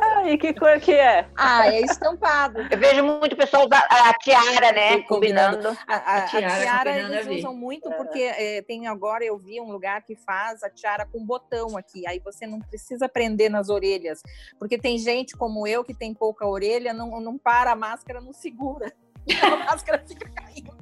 [SPEAKER 4] Ah, e que cor que é?
[SPEAKER 5] Ah, é estampado.
[SPEAKER 3] eu vejo muito pessoal usar a tiara, né?
[SPEAKER 5] Combinando.
[SPEAKER 3] Combinando.
[SPEAKER 5] A, a- a
[SPEAKER 1] tiara com
[SPEAKER 5] tiara,
[SPEAKER 1] Fernanda
[SPEAKER 5] eles
[SPEAKER 1] Vi.
[SPEAKER 5] usam muito porque eh, tem agora eu vi um lugar que faz a tiara com botão aqui. Aí você não precisa prender nas orelhas, porque tem gente como eu que tem pouca orelha, não, não para a máscara, não segura. A máscara fica caindo.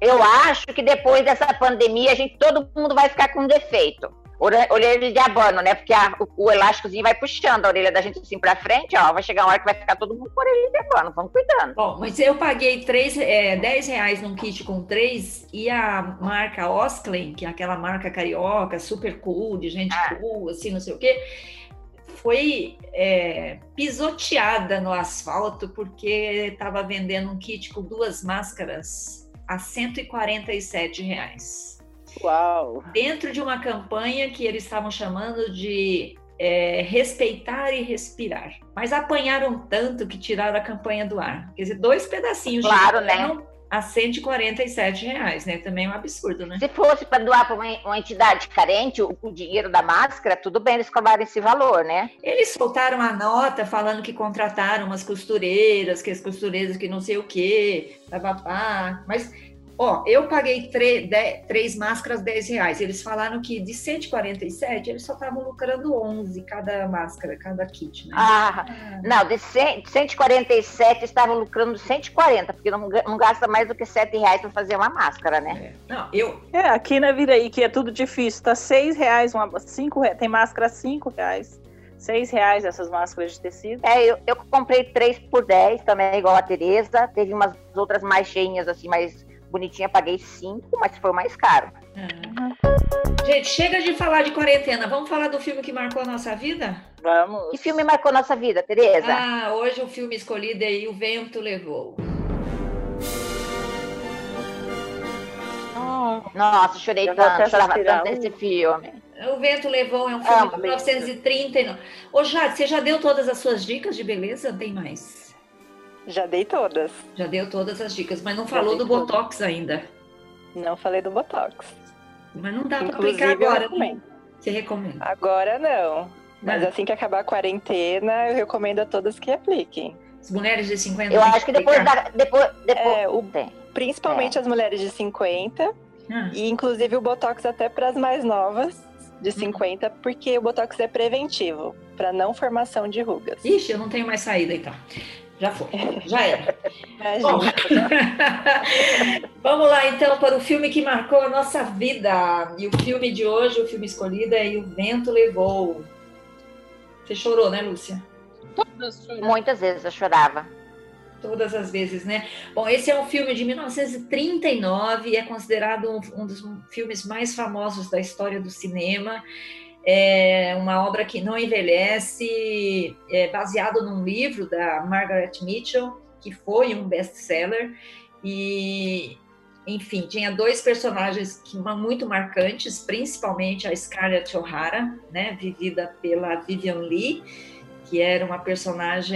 [SPEAKER 3] Eu acho que depois dessa pandemia, a gente, todo mundo vai ficar com defeito. Ora- Orelha de abano, né? Porque a- o, o elásticozinho vai puxando a orelha da gente assim pra frente, ó. Vai chegar uma hora que vai ficar todo mundo com orelha de abano. Vamos cuidando.
[SPEAKER 1] Bom, mas eu paguei três, é, 10 reais num kit com três e a marca Osklen, que é aquela marca carioca, super cool, de gente cool, assim, não sei o quê, foi é, pisoteada no asfalto porque estava vendendo um kit com duas máscaras a 147 reais.
[SPEAKER 4] Uau!
[SPEAKER 1] Dentro de uma campanha que eles estavam chamando de é, respeitar e respirar. Mas apanharam tanto que tiraram a campanha do ar. Quer dizer, dois pedacinhos
[SPEAKER 3] Claro,
[SPEAKER 1] de
[SPEAKER 3] né?
[SPEAKER 1] pano a 147 reais, né? Também é um absurdo, né?
[SPEAKER 3] Se fosse pra doar pra uma, uma entidade carente o, o dinheiro da máscara, tudo bem eles cobrarem esse valor, né?
[SPEAKER 1] Eles soltaram a nota falando que contrataram umas costureiras, que as costureiras que não sei o quê, papapá. Mas, ó, eu paguei tre- de- três máscaras 10 reais. Eles falaram que de 147, eles só estavam lucrando 11 cada máscara, cada kit, né?
[SPEAKER 3] Ah, não, de 100, de 147 estavam lucrando 140, porque não, ga- não gasta mais do que 7 reais pra fazer uma máscara, né?
[SPEAKER 1] Não, eu,
[SPEAKER 4] É, aqui na Viraí, que é tudo difícil, tá seis reais, uma, cinco, re- tem máscara cinco reais, seis reais essas máscaras de tecido.
[SPEAKER 3] É, eu, eu comprei 3 por 10 também, igual a Tereza. Teve umas outras mais cheinhas, assim, mais bonitinha, paguei 5, mas foi o mais caro.
[SPEAKER 1] Gente, chega de falar de quarentena. Vamos falar do filme que marcou a nossa vida?
[SPEAKER 4] Vamos.
[SPEAKER 3] Que filme marcou nossa vida, Tereza?
[SPEAKER 1] Ah, hoje o filme escolhido é O Vento Levou.
[SPEAKER 5] Nossa,
[SPEAKER 3] Nossa, chorei
[SPEAKER 6] Eu vou
[SPEAKER 3] tanto,
[SPEAKER 6] até
[SPEAKER 3] chorava
[SPEAKER 6] tirar
[SPEAKER 3] tanto
[SPEAKER 6] um.
[SPEAKER 3] nesse filme.
[SPEAKER 1] O Vento Levou é um
[SPEAKER 3] Ah,
[SPEAKER 1] filme de
[SPEAKER 6] beleza.
[SPEAKER 1] 1930. Ô, Jade, você já deu todas as suas dicas de beleza? Não Tem mais.
[SPEAKER 6] Já dei todas.
[SPEAKER 1] Já deu todas as dicas, mas não falou
[SPEAKER 6] dei
[SPEAKER 1] do
[SPEAKER 6] todas.
[SPEAKER 1] Botox ainda.
[SPEAKER 6] Não falei do Botox.
[SPEAKER 1] Mas não dá para
[SPEAKER 6] Inclusive,
[SPEAKER 1] Ah, aplicar
[SPEAKER 6] eu
[SPEAKER 1] agora. né?
[SPEAKER 6] recomendo.
[SPEAKER 1] Você recomenda?
[SPEAKER 6] Agora não. Mas
[SPEAKER 1] Não.
[SPEAKER 6] assim que acabar a quarentena, eu recomendo a todas que apliquem.
[SPEAKER 1] As mulheres de 50
[SPEAKER 3] Eu
[SPEAKER 1] têm
[SPEAKER 3] acho que depois
[SPEAKER 1] aplicar.
[SPEAKER 3] da. Depois, depois...
[SPEAKER 6] É, o,
[SPEAKER 3] Tem.
[SPEAKER 4] Tá.
[SPEAKER 6] principalmente as mulheres de 50,
[SPEAKER 1] Ah,
[SPEAKER 6] e inclusive o Botox até para as mais novas de
[SPEAKER 4] Uhum.
[SPEAKER 6] 50, porque o Botox é preventivo, para não formação de rugas.
[SPEAKER 1] Ixi, eu não tenho mais saída então. Já foi, já era. Bom,
[SPEAKER 6] Imagina.
[SPEAKER 1] Vamos lá então para o filme que marcou a nossa vida. E o filme de hoje, o filme escolhido é E o Vento Levou. Você chorou, né, Lúcia?
[SPEAKER 5] é?
[SPEAKER 3] Muitas vezes eu chorava.
[SPEAKER 1] Todas as vezes, né? Bom, esse é um filme de 1939 e é considerado um, um dos filmes mais famosos da história do cinema. É uma obra que não envelhece, é baseado num livro da Margaret Mitchell, que foi um best-seller. E, enfim, tinha dois personagens que, ma- muito marcantes, principalmente a Scarlett O'Hara, né, vivida pela Vivian Lee, que era uma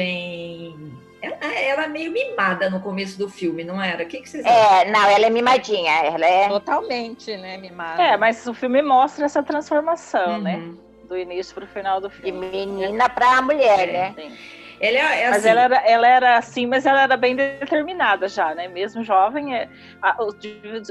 [SPEAKER 1] personagem ela era meio mimada no começo do filme, não era? O que, que vocês acham?
[SPEAKER 3] É, não, ela é mimadinha. Ela é.
[SPEAKER 5] Totalmente, né, mimada.
[SPEAKER 4] É, mas o filme mostra essa transformação, né?
[SPEAKER 1] Uhum.
[SPEAKER 4] Do início pro final do
[SPEAKER 3] De
[SPEAKER 4] filme.
[SPEAKER 3] menina pra mulher, né?
[SPEAKER 1] Ela é, é
[SPEAKER 4] Mas
[SPEAKER 1] assim,
[SPEAKER 4] ela era, ela era assim, mas ela era bem determinada já, né? Mesmo jovem, é, a- os,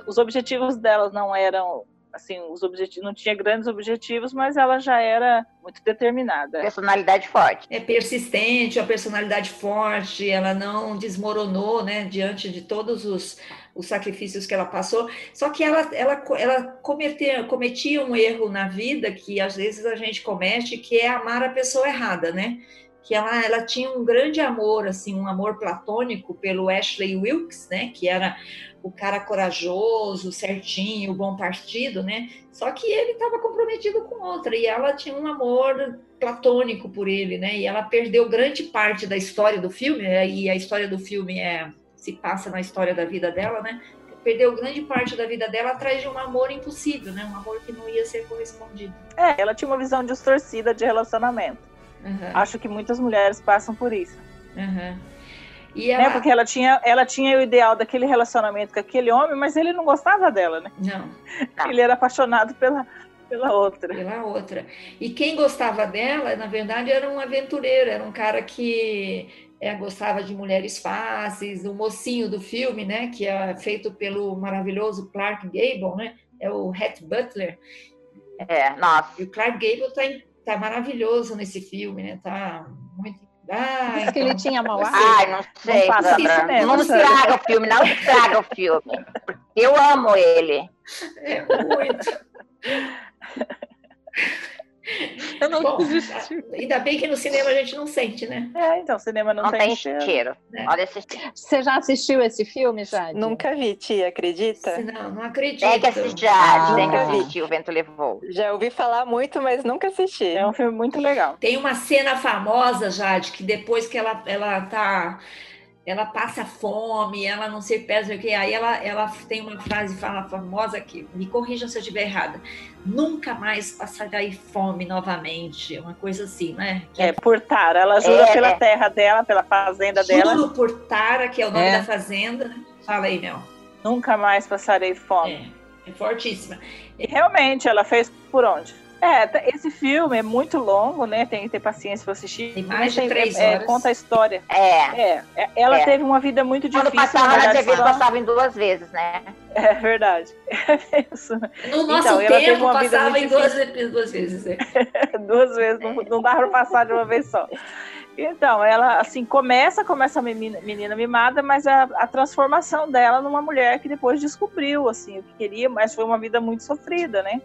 [SPEAKER 4] os objetivos dela não eram assim, os objetivos não tinha grandes objetivos, mas ela já era muito determinada.
[SPEAKER 3] Personalidade forte.
[SPEAKER 1] é persistente, uma personalidade forte, ela não desmoronou, né, diante de todos os, os sacrifícios que ela passou. Só que ela, ela, co- ela cometia, cometia um erro na vida que às vezes a gente comete, que é amar a pessoa errada, né? Que ela, ela tinha um grande amor, assim, um amor platônico pelo Ashley Wilkes, né? Que era o cara corajoso, certinho, bom partido, né? Só que ele estava comprometido com outra e ela tinha um amor platônico por ele, né? E ela perdeu grande parte da história do filme, né? e a história do filme é se passa na história da vida dela, né? Perdeu grande parte da vida dela atrás de um amor impossível, né? Um amor que não ia ser correspondido.
[SPEAKER 4] É, ela tinha uma visão distorcida de relacionamento.
[SPEAKER 1] Aham,
[SPEAKER 4] Acho que muitas mulheres passam por isso,
[SPEAKER 1] aham. E
[SPEAKER 4] né?
[SPEAKER 6] É.
[SPEAKER 1] ela
[SPEAKER 4] Porque ela tinha, ela tinha o ideal daquele relacionamento com aquele homem, mas ele não gostava dela, né?
[SPEAKER 1] não
[SPEAKER 3] Tá.
[SPEAKER 4] Ele era apaixonado pela pela outra.
[SPEAKER 1] pela outra. E quem gostava dela, na verdade, era um aventureiro, era um cara que é, gostava de mulheres fáceis, o mocinho do filme, né, que é feito pelo maravilhoso Clark Gable, né, é o Hat Butler.
[SPEAKER 3] É, nossa.
[SPEAKER 1] E o Clark Gable tá, em- tá maravilhoso nesse filme, né, tá muito... Ah,
[SPEAKER 5] Diz que ele tinha mau ar.
[SPEAKER 3] Ai, não sei,
[SPEAKER 4] passa
[SPEAKER 3] Sandra.
[SPEAKER 4] isso mesmo,
[SPEAKER 3] Não
[SPEAKER 4] Sandra.
[SPEAKER 3] estraga o filme, não estraga o filme. Eu amo ele.
[SPEAKER 1] é muito.
[SPEAKER 5] Eu não
[SPEAKER 1] Bom,
[SPEAKER 5] desisti.
[SPEAKER 1] Ainda bem que no cinema a gente não sente, né?
[SPEAKER 4] É, então, cinema não,
[SPEAKER 3] Não
[SPEAKER 4] tem
[SPEAKER 3] tem
[SPEAKER 4] cheiro. É.
[SPEAKER 3] cheiro.
[SPEAKER 1] né?
[SPEAKER 3] Olha esse cheiro.
[SPEAKER 5] Você já assistiu esse filme, Jade?
[SPEAKER 6] Nunca vi, tia, acredita?
[SPEAKER 1] Não, não acredito.
[SPEAKER 3] Tem que assistir, ah, tem que
[SPEAKER 5] Ah.
[SPEAKER 3] assistir. O vento levou.
[SPEAKER 6] Já ouvi falar muito, mas nunca assisti.
[SPEAKER 4] É um filme muito legal.
[SPEAKER 1] Tem uma cena famosa, Jade, que depois que ela, ela tá. Ela passa fome, ela não se pesa, o que. Aí ela, ela tem uma frase fala famosa que me corrija se eu estiver errada. Nunca mais passarei fome novamente. Uma coisa assim, né? Que
[SPEAKER 4] É, por Tara. Ela jura
[SPEAKER 3] É,
[SPEAKER 4] pela
[SPEAKER 3] é.
[SPEAKER 4] terra dela, pela fazenda dela.
[SPEAKER 1] Juro por Tara, que é o nome
[SPEAKER 5] É.
[SPEAKER 1] da fazenda. Fala aí, Mel.
[SPEAKER 4] Nunca mais passarei fome.
[SPEAKER 1] É, é fortíssima.
[SPEAKER 4] E realmente, ela fez por onde? É, tá- esse filme é muito longo, né? Tem que ter paciência pra assistir.
[SPEAKER 1] Tem mais
[SPEAKER 4] Mas
[SPEAKER 1] de três
[SPEAKER 4] é,
[SPEAKER 1] horas.
[SPEAKER 4] Conta a história.
[SPEAKER 3] É.
[SPEAKER 4] É, é, ela
[SPEAKER 3] É.
[SPEAKER 4] teve uma vida muito
[SPEAKER 3] Quando
[SPEAKER 4] difícil.
[SPEAKER 3] passava
[SPEAKER 4] na
[SPEAKER 3] na
[SPEAKER 4] verdade,
[SPEAKER 3] TV,
[SPEAKER 4] só-
[SPEAKER 3] passava em duas vezes, né?
[SPEAKER 4] É verdade. É isso.
[SPEAKER 1] No nosso
[SPEAKER 4] Então, ela teve
[SPEAKER 1] tempo,
[SPEAKER 4] uma vida
[SPEAKER 1] passava
[SPEAKER 4] muito
[SPEAKER 1] em duas, duas vezes. é.
[SPEAKER 4] duas vezes, não, não dá pra passar de uma vez só. Então, ela assim começa como essa menina, menina mimada, mas a, a transformação dela numa mulher que depois descobriu assim o que queria, mas foi uma vida muito sofrida, né?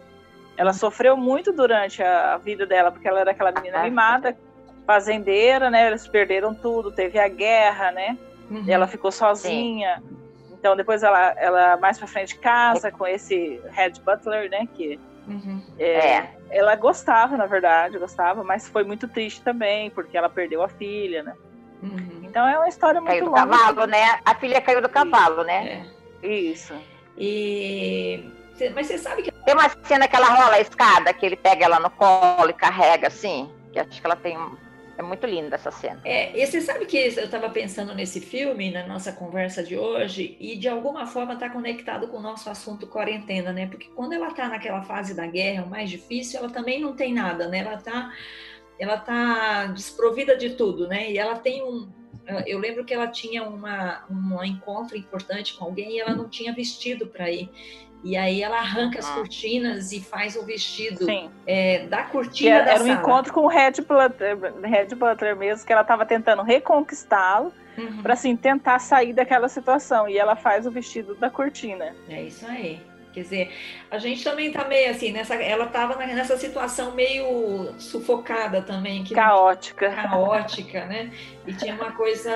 [SPEAKER 4] Ela sofreu muito durante a, a vida dela, porque ela era aquela menina mimada, fazendeira, né? Eles perderam tudo, teve a guerra, né?
[SPEAKER 1] Uhum.
[SPEAKER 4] E ela ficou sozinha. Então depois ela, ela mais pra frente casa com esse Red Butler, né? Que
[SPEAKER 1] Uhum.
[SPEAKER 4] é,
[SPEAKER 3] É.
[SPEAKER 4] ela gostava, na verdade, gostava, mas foi muito triste também, porque ela perdeu a filha, né?
[SPEAKER 1] Uhum.
[SPEAKER 4] Então é uma história muito É.
[SPEAKER 3] Caiu do
[SPEAKER 4] longa.
[SPEAKER 3] cavalo, né? A filha caiu do cavalo, né?
[SPEAKER 1] É.
[SPEAKER 4] Isso.
[SPEAKER 1] E Cê- Mas você sabe que
[SPEAKER 3] Tem uma cena que ela rola a escada, que ele pega ela no colo e carrega assim. Que acho que ela tem. um- É muito linda essa cena.
[SPEAKER 1] É, e você sabe que eu estava pensando nesse filme, na nossa conversa de hoje, e de alguma forma está conectado com o nosso assunto quarentena, né? Porque quando ela está naquela fase da guerra, o mais difícil, ela também não tem nada, né? Ela está ela tá desprovida de tudo, né? E ela tem um. Eu lembro que ela tinha uma, um encontro importante com alguém e ela não tinha vestido para ir. E aí ela arranca as cortinas e faz o vestido
[SPEAKER 4] Ah. Sim.
[SPEAKER 1] é, da
[SPEAKER 4] Que
[SPEAKER 1] cortina
[SPEAKER 4] era,
[SPEAKER 1] da
[SPEAKER 4] era um
[SPEAKER 1] sala.
[SPEAKER 4] encontro com o Red Butler, Red Butler mesmo, que ela estava tentando reconquistá-lo
[SPEAKER 1] Uhum.
[SPEAKER 4] para assim tentar sair daquela situação. E ela faz o vestido da cortina.
[SPEAKER 1] É isso aí. Quer dizer, a gente também tá meio assim, nessa, ela estava nessa situação meio sufocada também, que é
[SPEAKER 4] Caótica.
[SPEAKER 1] caótica, né? E tinha uma coisa,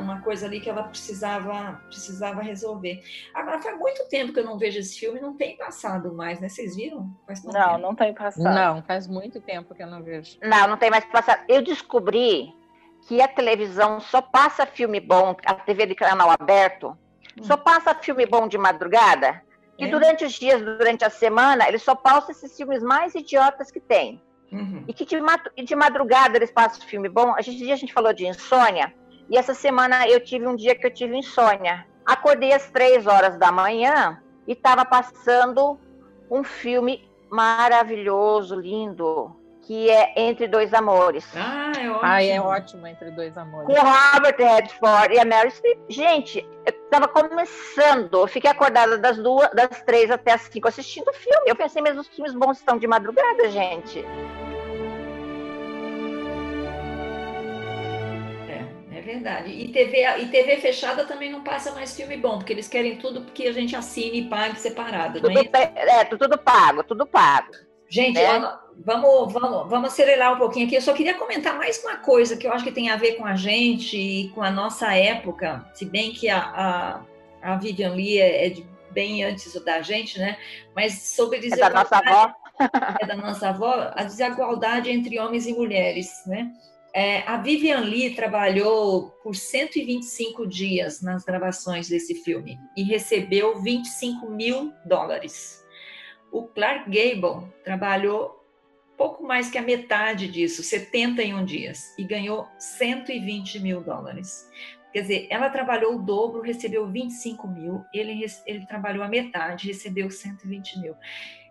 [SPEAKER 1] uma coisa ali que ela precisava, precisava resolver. Agora faz muito tempo que eu não vejo esse filme, não tem passado mais, né? Vocês viram? Faz quanto
[SPEAKER 4] Não,
[SPEAKER 1] tempo?
[SPEAKER 4] não tem passado.
[SPEAKER 5] Não, faz muito tempo que eu não vejo.
[SPEAKER 3] Não, não tem mais passado. Eu descobri que a televisão só passa filme bom, a TV de canal aberto, só passa filme bom de madrugada. E
[SPEAKER 1] É?
[SPEAKER 3] durante os dias, durante a semana, eles só passam esses filmes mais idiotas que tem.
[SPEAKER 1] Uhum.
[SPEAKER 3] E que de, matu- e de madrugada eles passam filme bom. A gente, esse dia a gente falou de insônia. E essa semana eu tive um dia que eu tive insônia. Acordei às três horas da manhã e estava passando um filme maravilhoso, lindo, que é Entre Dois Amores.
[SPEAKER 1] Ah, é ótimo.
[SPEAKER 5] Ai, é ótimo entre dois
[SPEAKER 3] Com
[SPEAKER 5] amores.
[SPEAKER 3] o Robert Redford e a Meryl Streep. Gente, eu estava começando. Eu fiquei acordada das duas, das três até as cinco assistindo o filme. Eu pensei, mas os filmes bons estão de madrugada, gente.
[SPEAKER 1] É, é verdade. E TV, a- e TV fechada também não passa mais filme bom, porque eles querem tudo que a gente assine e pague separado, não é
[SPEAKER 3] Tudo,
[SPEAKER 1] isso?
[SPEAKER 3] pe- é, tudo pago, tudo pago.
[SPEAKER 1] Gente,
[SPEAKER 3] né?
[SPEAKER 1] ó, vamos, vamos, vamos acelerar um pouquinho aqui. Eu só queria comentar mais uma coisa que eu acho que tem a ver com a gente e com a nossa época, se bem que a, a, a Vivian Lee é, é de bem antes da gente, né? Mas sobre
[SPEAKER 3] É da nossa avó.
[SPEAKER 1] é da nossa avó, a desigualdade entre homens e mulheres, né? É, a Vivian Lee trabalhou por 125 dias nas gravações desse filme e recebeu 25 mil dólares. O Clark Gable trabalhou pouco mais que a metade disso, 71 dias, e ganhou 120 mil dólares. Quer dizer, ela trabalhou o dobro, recebeu 25 mil, ele, rece- ele trabalhou a metade, recebeu 120 mil.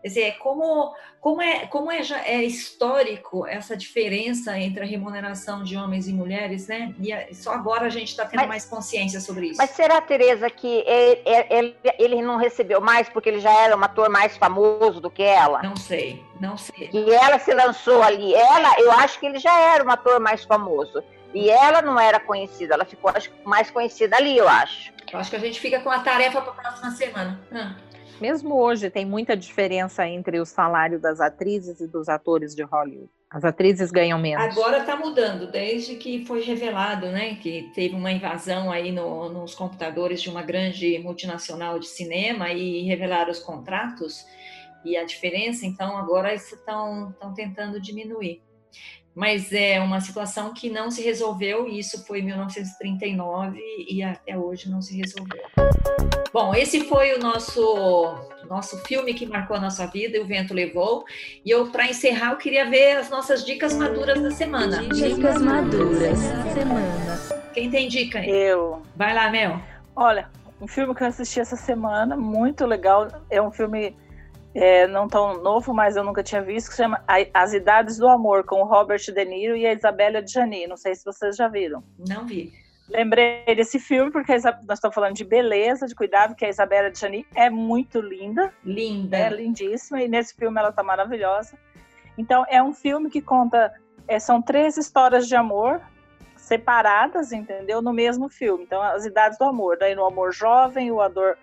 [SPEAKER 1] Quer dizer, é como como é, como é, já, é histórico essa diferença entre a remuneração de homens e mulheres, né? E a- só agora a gente está tendo
[SPEAKER 3] Mas-
[SPEAKER 1] mais consciência sobre isso.
[SPEAKER 3] Mas será, Tereza, que ele, ele- ele não recebeu mais porque ele já era um ator mais famoso do que ela?
[SPEAKER 1] Não sei, não sei.
[SPEAKER 3] Que ela se lançou ali. Ela, eu acho que ele já era um ator mais famoso. E ela não era conhecida, ela ficou acho, mais conhecida ali, eu acho.
[SPEAKER 1] Eu acho que a gente fica com a tarefa para a próxima semana. Ah,
[SPEAKER 5] Mesmo hoje tem muita diferença entre o salário das atrizes e dos atores de Hollywood. As atrizes ganham menos.
[SPEAKER 1] agora está mudando, desde que foi revelado, né? Que teve uma invasão aí no- nos computadores de uma grande multinacional de cinema e revelaram os contratos e a diferença, então agora estão tentando diminuir. mas é uma situação que não se resolveu, e isso foi em 1939 e até hoje não se resolveu. Bom, esse foi o nosso nosso filme que marcou a nossa vida, e o vento levou. E eu, para encerrar, eu queria ver as nossas dicas maduras da semana.
[SPEAKER 2] Dicas maduras. Semana.
[SPEAKER 1] Quem tem dica? aí?
[SPEAKER 4] Eu
[SPEAKER 1] Vai lá, Mel.
[SPEAKER 4] Olha, um filme que eu assisti essa semana, muito legal. É um filme é, não tão novo, mas eu nunca tinha visto, que se chama A- As Idades do Amor, com o Robert De Niro e a Isabella Gianni. Não sei se vocês já viram.
[SPEAKER 1] Não vi.
[SPEAKER 4] Lembrei desse filme porque a Isa- nós estamos falando de beleza, de cuidado, que a Isabella Gianni é muito linda é
[SPEAKER 1] Linda.
[SPEAKER 4] lindíssima e nesse filme ela tá maravilhosa. Então é um filme que conta é, são três histórias de amor separadas, entendeu? No mesmo filme. Então as idades do amor, daí no amor jovem, o ador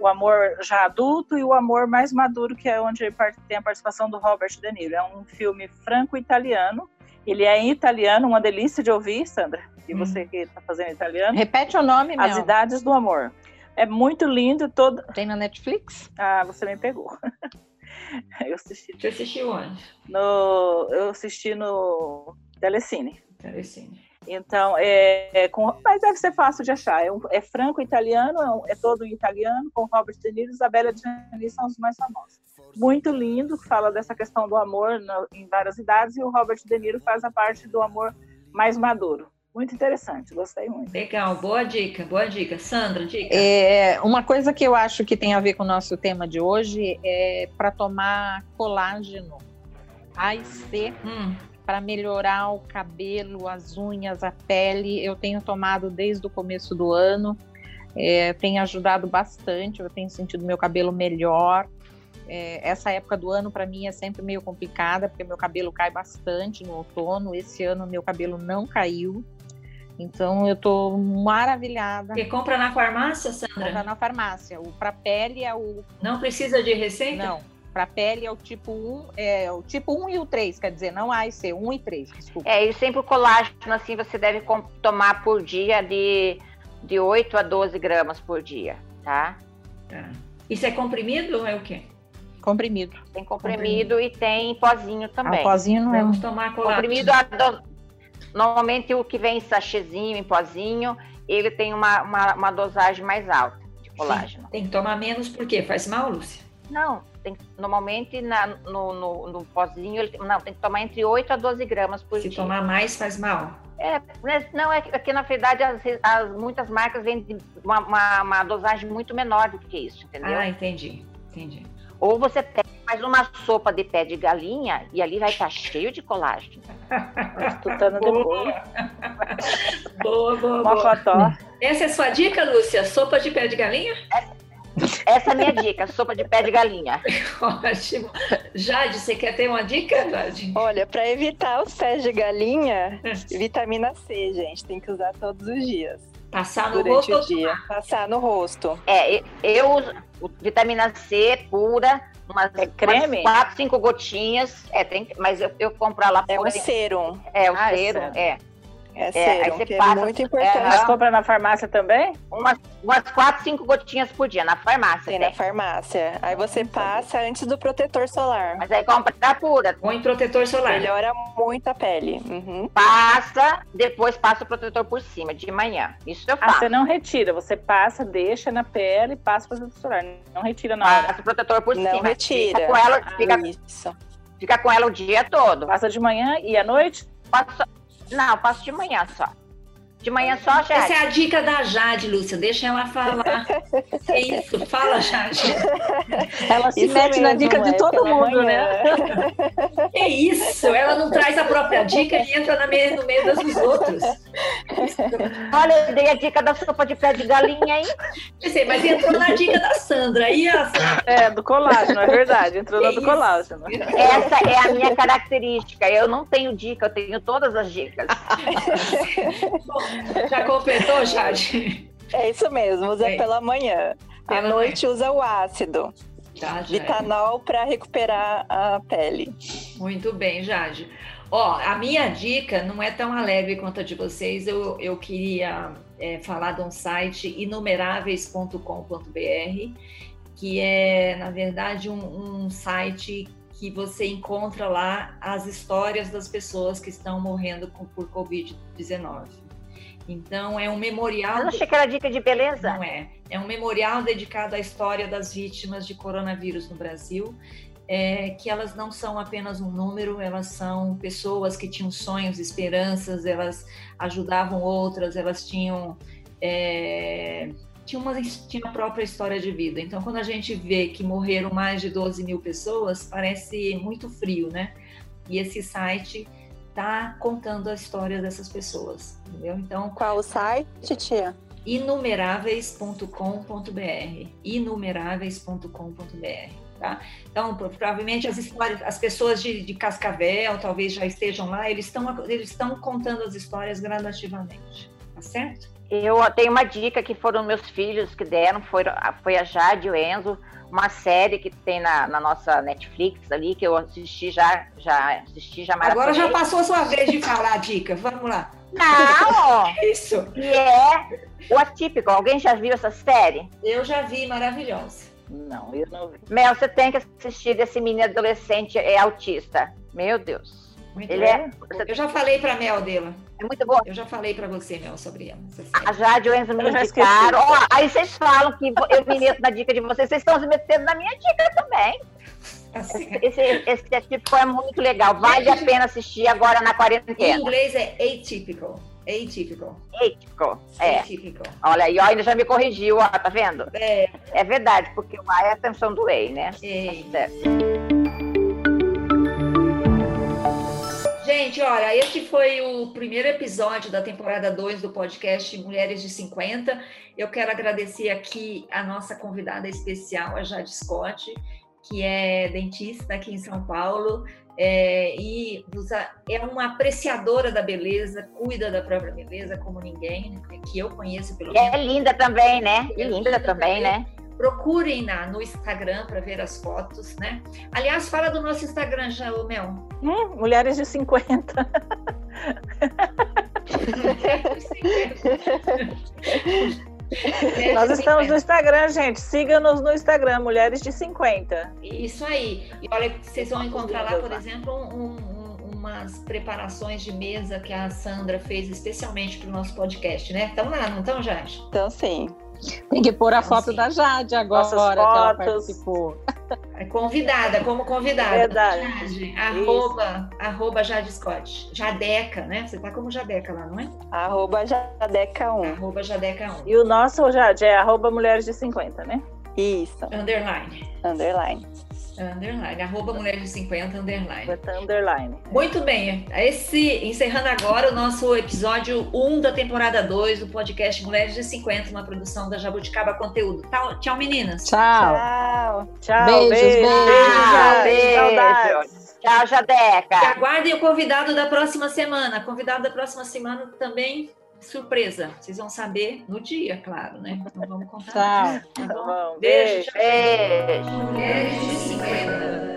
[SPEAKER 4] o amor já adulto e o amor mais maduro, que é onde ele par- tem a participação do Robert De Niro. É um filme franco-italiano. Ele é em italiano, uma delícia de ouvir, Sandra. E
[SPEAKER 1] Hum.
[SPEAKER 4] você que está fazendo italiano.
[SPEAKER 5] Repete o nome,
[SPEAKER 4] As
[SPEAKER 5] Mel.
[SPEAKER 4] Idades do Amor. É muito lindo, todo,
[SPEAKER 5] Tem na Netflix?
[SPEAKER 4] ah, você me pegou. eu assisti
[SPEAKER 1] Você assistiu onde?
[SPEAKER 4] no, eu assisti no Telecine.
[SPEAKER 1] Telecine.
[SPEAKER 4] Então, é, é com- mas deve ser fácil de achar. É, um- é franco-italiano, é, um- é todo em italiano, com Robert De Niro e Isabella Gianni são os mais famosos. Muito lindo, que fala dessa questão do amor na- em várias idades, e o Robert De Niro faz a parte do amor mais maduro. Muito interessante, gostei muito.
[SPEAKER 1] Legal, boa dica, boa dica. Sandra, dica.
[SPEAKER 5] É, uma coisa que eu acho que tem a ver com o nosso tema de hoje é para tomar colágeno A e C
[SPEAKER 1] Hum,
[SPEAKER 5] para melhorar o cabelo, as unhas, a pele. Eu tenho tomado desde o começo do ano, é, tem ajudado bastante. Eu tenho sentido meu cabelo melhor. É, essa época do ano para mim é sempre meio complicada porque meu cabelo cai bastante no outono. Esse ano meu cabelo não caiu, então eu tô maravilhada.
[SPEAKER 1] Você compra na farmácia,
[SPEAKER 5] Comprar
[SPEAKER 1] Sandra?
[SPEAKER 5] na farmácia. O para pele é o
[SPEAKER 1] Não precisa de receita?
[SPEAKER 5] não. Para pele é o tipo 1, é o tipo 1 e o 3, quer dizer, não A e C, 1 e 3, desculpa.
[SPEAKER 3] É, e sempre o colágeno, assim, você deve com- tomar por dia de, de 8 a 12 gramas por dia, tá?
[SPEAKER 1] Tá. Isso é comprimido ou é o quê?
[SPEAKER 5] Comprimido.
[SPEAKER 3] Tem comprimido e tem pozinho
[SPEAKER 5] Ah,
[SPEAKER 3] também.
[SPEAKER 5] o pozinho não é
[SPEAKER 1] Vamos tomar colágeno.
[SPEAKER 3] comprimido, a do- normalmente o que vem em sachêzinho, em pozinho, ele tem uma, uma, uma dosagem mais alta de colágeno.
[SPEAKER 1] Tem que tomar menos porque faz mal, Lúcia?
[SPEAKER 3] Não, tem, normalmente na- no, no, no pozinho, ele, não, tem que tomar entre 8 a 12 gramas por
[SPEAKER 1] Se
[SPEAKER 3] dia.
[SPEAKER 1] tomar mais, faz mal.
[SPEAKER 3] É, né, não, é que, é que, na verdade as, as- muitas marcas vendem uma, uma- uma dosagem muito menor do que isso, entendeu?
[SPEAKER 1] Ah, entendi. Entendi.
[SPEAKER 3] Ou você pega mais uma sopa de pé de galinha e ali vai estar cheio de colágeno.
[SPEAKER 4] Tutano depois,
[SPEAKER 1] Boa, boa, boa.
[SPEAKER 4] mocotó.
[SPEAKER 1] Essa é sua dica, Lúcia? Sopa de pé de galinha?
[SPEAKER 3] Essa é a minha dica, sopa de pé de galinha.
[SPEAKER 1] Ótimo. Jade, você quer ter uma dica, Jade?
[SPEAKER 6] Olha, para evitar os pés de galinha, vitamina C, gente, tem que usar todos os dias.
[SPEAKER 1] Passar no
[SPEAKER 6] durante
[SPEAKER 1] rosto
[SPEAKER 6] o dia. Passar no rosto.
[SPEAKER 3] É, e- eu uso vitamina C pura, umas,
[SPEAKER 4] É creme?
[SPEAKER 3] umas quatro, cinco gotinhas. É, tem, que- mas eu, eu compro ela
[SPEAKER 6] É um
[SPEAKER 3] pura.
[SPEAKER 6] sérum.
[SPEAKER 3] é, o
[SPEAKER 4] Ah, é
[SPEAKER 3] cero,
[SPEAKER 4] sérum.
[SPEAKER 3] é.
[SPEAKER 6] É,
[SPEAKER 3] aí
[SPEAKER 6] sérum,
[SPEAKER 3] você
[SPEAKER 6] que
[SPEAKER 3] passa-
[SPEAKER 6] é muito
[SPEAKER 3] é,
[SPEAKER 5] Tá.
[SPEAKER 6] importante.
[SPEAKER 4] Mas compra na farmácia também?
[SPEAKER 3] Umas, umas quatro, cinco gotinhas por dia, na farmácia.
[SPEAKER 6] Tem
[SPEAKER 3] tem.
[SPEAKER 4] né?
[SPEAKER 6] na farmácia. Aí você passa antes do protetor solar.
[SPEAKER 3] Mas aí compra a pura,
[SPEAKER 1] ou em protetor solar.
[SPEAKER 6] Melhora muito a pele. Uhum.
[SPEAKER 3] passa, depois passa o protetor por cima, de manhã. Isso eu
[SPEAKER 4] Ah,
[SPEAKER 5] Tá.
[SPEAKER 3] faço.
[SPEAKER 4] você não retira, você passa, deixa na pele, passa para o celular. Não retira na hora.
[SPEAKER 5] Ah.
[SPEAKER 3] Passa o protetor por
[SPEAKER 6] Não
[SPEAKER 3] cima.
[SPEAKER 6] retira.
[SPEAKER 3] Fica com, ela, fica,
[SPEAKER 6] Isso.
[SPEAKER 3] fica com ela o dia todo.
[SPEAKER 4] Passa de manhã e à noite?
[SPEAKER 3] Passo, não, passo de manhã só. De manhã só, já.
[SPEAKER 1] Essa é a dica da Jade, Lúcia. Deixa ela falar. É isso. Fala, Jade.
[SPEAKER 5] Ela se
[SPEAKER 4] Assim
[SPEAKER 6] Isso
[SPEAKER 5] mete na
[SPEAKER 6] mesmo,
[SPEAKER 5] dica de
[SPEAKER 6] é
[SPEAKER 5] todo
[SPEAKER 6] pela
[SPEAKER 5] mundo, né?
[SPEAKER 6] manhã.
[SPEAKER 1] É isso. Ela não traz a própria dica e entra na me- no meio das dos outros.
[SPEAKER 3] Olha, eu dei a dica da sopa de pé de galinha aí.
[SPEAKER 1] Pensei, mas entrou na dica da Sandra. E a Sandra?
[SPEAKER 4] É, do colágeno, é verdade. Entrou
[SPEAKER 1] Que
[SPEAKER 4] na do
[SPEAKER 1] isso?
[SPEAKER 4] colágeno.
[SPEAKER 3] Essa é a minha característica. Eu não tenho dica, eu tenho todas as dicas.
[SPEAKER 1] Já completou, Jade?
[SPEAKER 6] É isso mesmo, usa
[SPEAKER 1] É.
[SPEAKER 6] pela manhã. À
[SPEAKER 1] Pela
[SPEAKER 6] noite usa o ácido,
[SPEAKER 1] Tá, Jade.
[SPEAKER 6] vitanol para recuperar a pele.
[SPEAKER 1] Muito bem, Jade. Ó, a minha dica não é tão alegre quanto a de vocês. Eu, eu queria é, falar de um site inumeráveis.com.br, que é, na verdade, um, um site que você encontra lá as histórias das pessoas que estão morrendo com- por Covid-19. Então, é um memorial.
[SPEAKER 3] Eu
[SPEAKER 1] do-
[SPEAKER 3] achei que era dica de beleza.
[SPEAKER 1] não é. É um memorial dedicado à história das vítimas de coronavírus no Brasil, é, que elas não são apenas um número, elas são pessoas que tinham sonhos, esperanças, elas ajudavam outras, elas tinham. é, tinha uma tinha a própria história de vida. Então, quando a gente vê que morreram mais de 12 mil pessoas, parece muito frio, né? E esse site está contando a história dessas pessoas, entendeu? Então,
[SPEAKER 6] Qual o site, tia?
[SPEAKER 1] inumeráveis.com.br inumeráveis.com.br tá? Então, pro- provavelmente as histórias, as pessoas de, de Cascavel talvez já estejam lá, eles estão ac- eles estão contando as histórias gradativamente, tá certo?
[SPEAKER 3] Eu tenho uma dica que foram meus filhos que deram, foram, foi a Jade e o Enzo, uma série que tem na, na nossa Netflix ali, que eu assisti já, já assisti, já
[SPEAKER 1] Agora já tá
[SPEAKER 3] maratonei.
[SPEAKER 1] passou a sua vez de falar a dica, vamos lá.
[SPEAKER 3] Não!
[SPEAKER 1] É Isso,
[SPEAKER 3] Que é o atípico. Alguém já viu essa série?
[SPEAKER 1] eu já vi, maravilhosa.
[SPEAKER 3] Não, eu não vi. Mel, você tem que assistir desse menino adolescente é autista. Meu Deus.
[SPEAKER 1] Muito
[SPEAKER 3] Ele
[SPEAKER 1] bom.
[SPEAKER 3] é.
[SPEAKER 1] Eu já falei pra Mel dela.
[SPEAKER 3] É muito bom.
[SPEAKER 1] Eu já falei pra você, Mel, sobre ela. Você sabe.
[SPEAKER 3] A Jade e o Enzo me
[SPEAKER 4] Eu já
[SPEAKER 3] indicaram. Ó, aí vocês falam que vo- eu me meto na dica de vocês. Vocês estão se metendo na minha dica também.
[SPEAKER 1] Tá certo.
[SPEAKER 3] Esse, esse tipo é muito legal. Vale a pena assistir agora na
[SPEAKER 1] Em
[SPEAKER 3] quarentena.
[SPEAKER 1] inglês é atypical. Atypical.
[SPEAKER 3] Ético. É.
[SPEAKER 1] Atypical.
[SPEAKER 3] Olha aí, ó, ainda já me corrigiu, ó, tá vendo?
[SPEAKER 1] É,
[SPEAKER 3] É verdade, porque o A é a tensão do EI, né?
[SPEAKER 1] é.
[SPEAKER 3] Certo.
[SPEAKER 1] Gente, olha, este foi o primeiro episódio da temporada 2 do podcast Mulheres de 50. Eu quero agradecer aqui a nossa convidada especial, a Jade Scott, que é dentista aqui em São Paulo é, e nos a- é uma apreciadora da beleza, cuida da própria beleza como ninguém, né, que eu conheço pelo
[SPEAKER 3] E é
[SPEAKER 1] menos.
[SPEAKER 3] linda também, né? E linda também, né?
[SPEAKER 1] Procurem na, no Instagram para ver as fotos, né? Aliás, fala do nosso Instagram, já, ô Mel.
[SPEAKER 4] Hum, mulheres de 50.
[SPEAKER 1] É,
[SPEAKER 4] Nós
[SPEAKER 1] assim,
[SPEAKER 4] estamos no Instagram, gente. Siga-nos no Instagram, Mulheres de 50.
[SPEAKER 1] é, Isso aí. E olha, vocês vão encontrar lá, por exemplo, um- um- umas preparações de mesa que a Sandra fez especialmente para o nosso podcast, né? Estão lá, não estão, Jade?
[SPEAKER 6] Então, sim.
[SPEAKER 5] Tem que pôr a
[SPEAKER 1] Então,
[SPEAKER 5] foto
[SPEAKER 1] sim.
[SPEAKER 5] da Jade agora
[SPEAKER 4] Nossas
[SPEAKER 5] que ela
[SPEAKER 4] fotos.
[SPEAKER 5] participou.
[SPEAKER 1] É Convidada, como convidada.
[SPEAKER 4] Verdade.
[SPEAKER 1] Jade, arroba, arroba Jade Scott. Jadeca, né? Você tá como Jadeca lá, não é?
[SPEAKER 6] Arroba Jadeca1.
[SPEAKER 1] Arroba Jadeca1.
[SPEAKER 4] E o nosso, Jade, é arroba Mulheres de 50, né?
[SPEAKER 6] Isso.
[SPEAKER 1] Underline.
[SPEAKER 6] Underline.
[SPEAKER 1] Underline. Arroba mulher de 50, underline.
[SPEAKER 4] Bota underline.
[SPEAKER 1] Muito bem, esse encerrando agora o nosso episódio 1 da temporada 2 do podcast Mulheres de 50, uma produção da Jabuticaba Conteúdo. Tchau, tchau meninas.
[SPEAKER 5] Tchau.
[SPEAKER 6] Tchau.
[SPEAKER 4] Tchau,
[SPEAKER 5] Beijos,
[SPEAKER 4] beijo.
[SPEAKER 5] beijos.
[SPEAKER 4] Jade.
[SPEAKER 3] Beijo.
[SPEAKER 4] Saudades.
[SPEAKER 3] Tchau, Jadeca.
[SPEAKER 1] E aguardem o convidado da próxima semana. Convidado da próxima semana também surpresa. Vocês vão saber no dia, claro, né? Não vamos contar.
[SPEAKER 5] Tchau.
[SPEAKER 1] Tá
[SPEAKER 4] Tá
[SPEAKER 1] bom?
[SPEAKER 4] bom,
[SPEAKER 1] Beijo,
[SPEAKER 4] beijo.
[SPEAKER 1] tchau.
[SPEAKER 3] Beijo.
[SPEAKER 1] Mulheres de 50.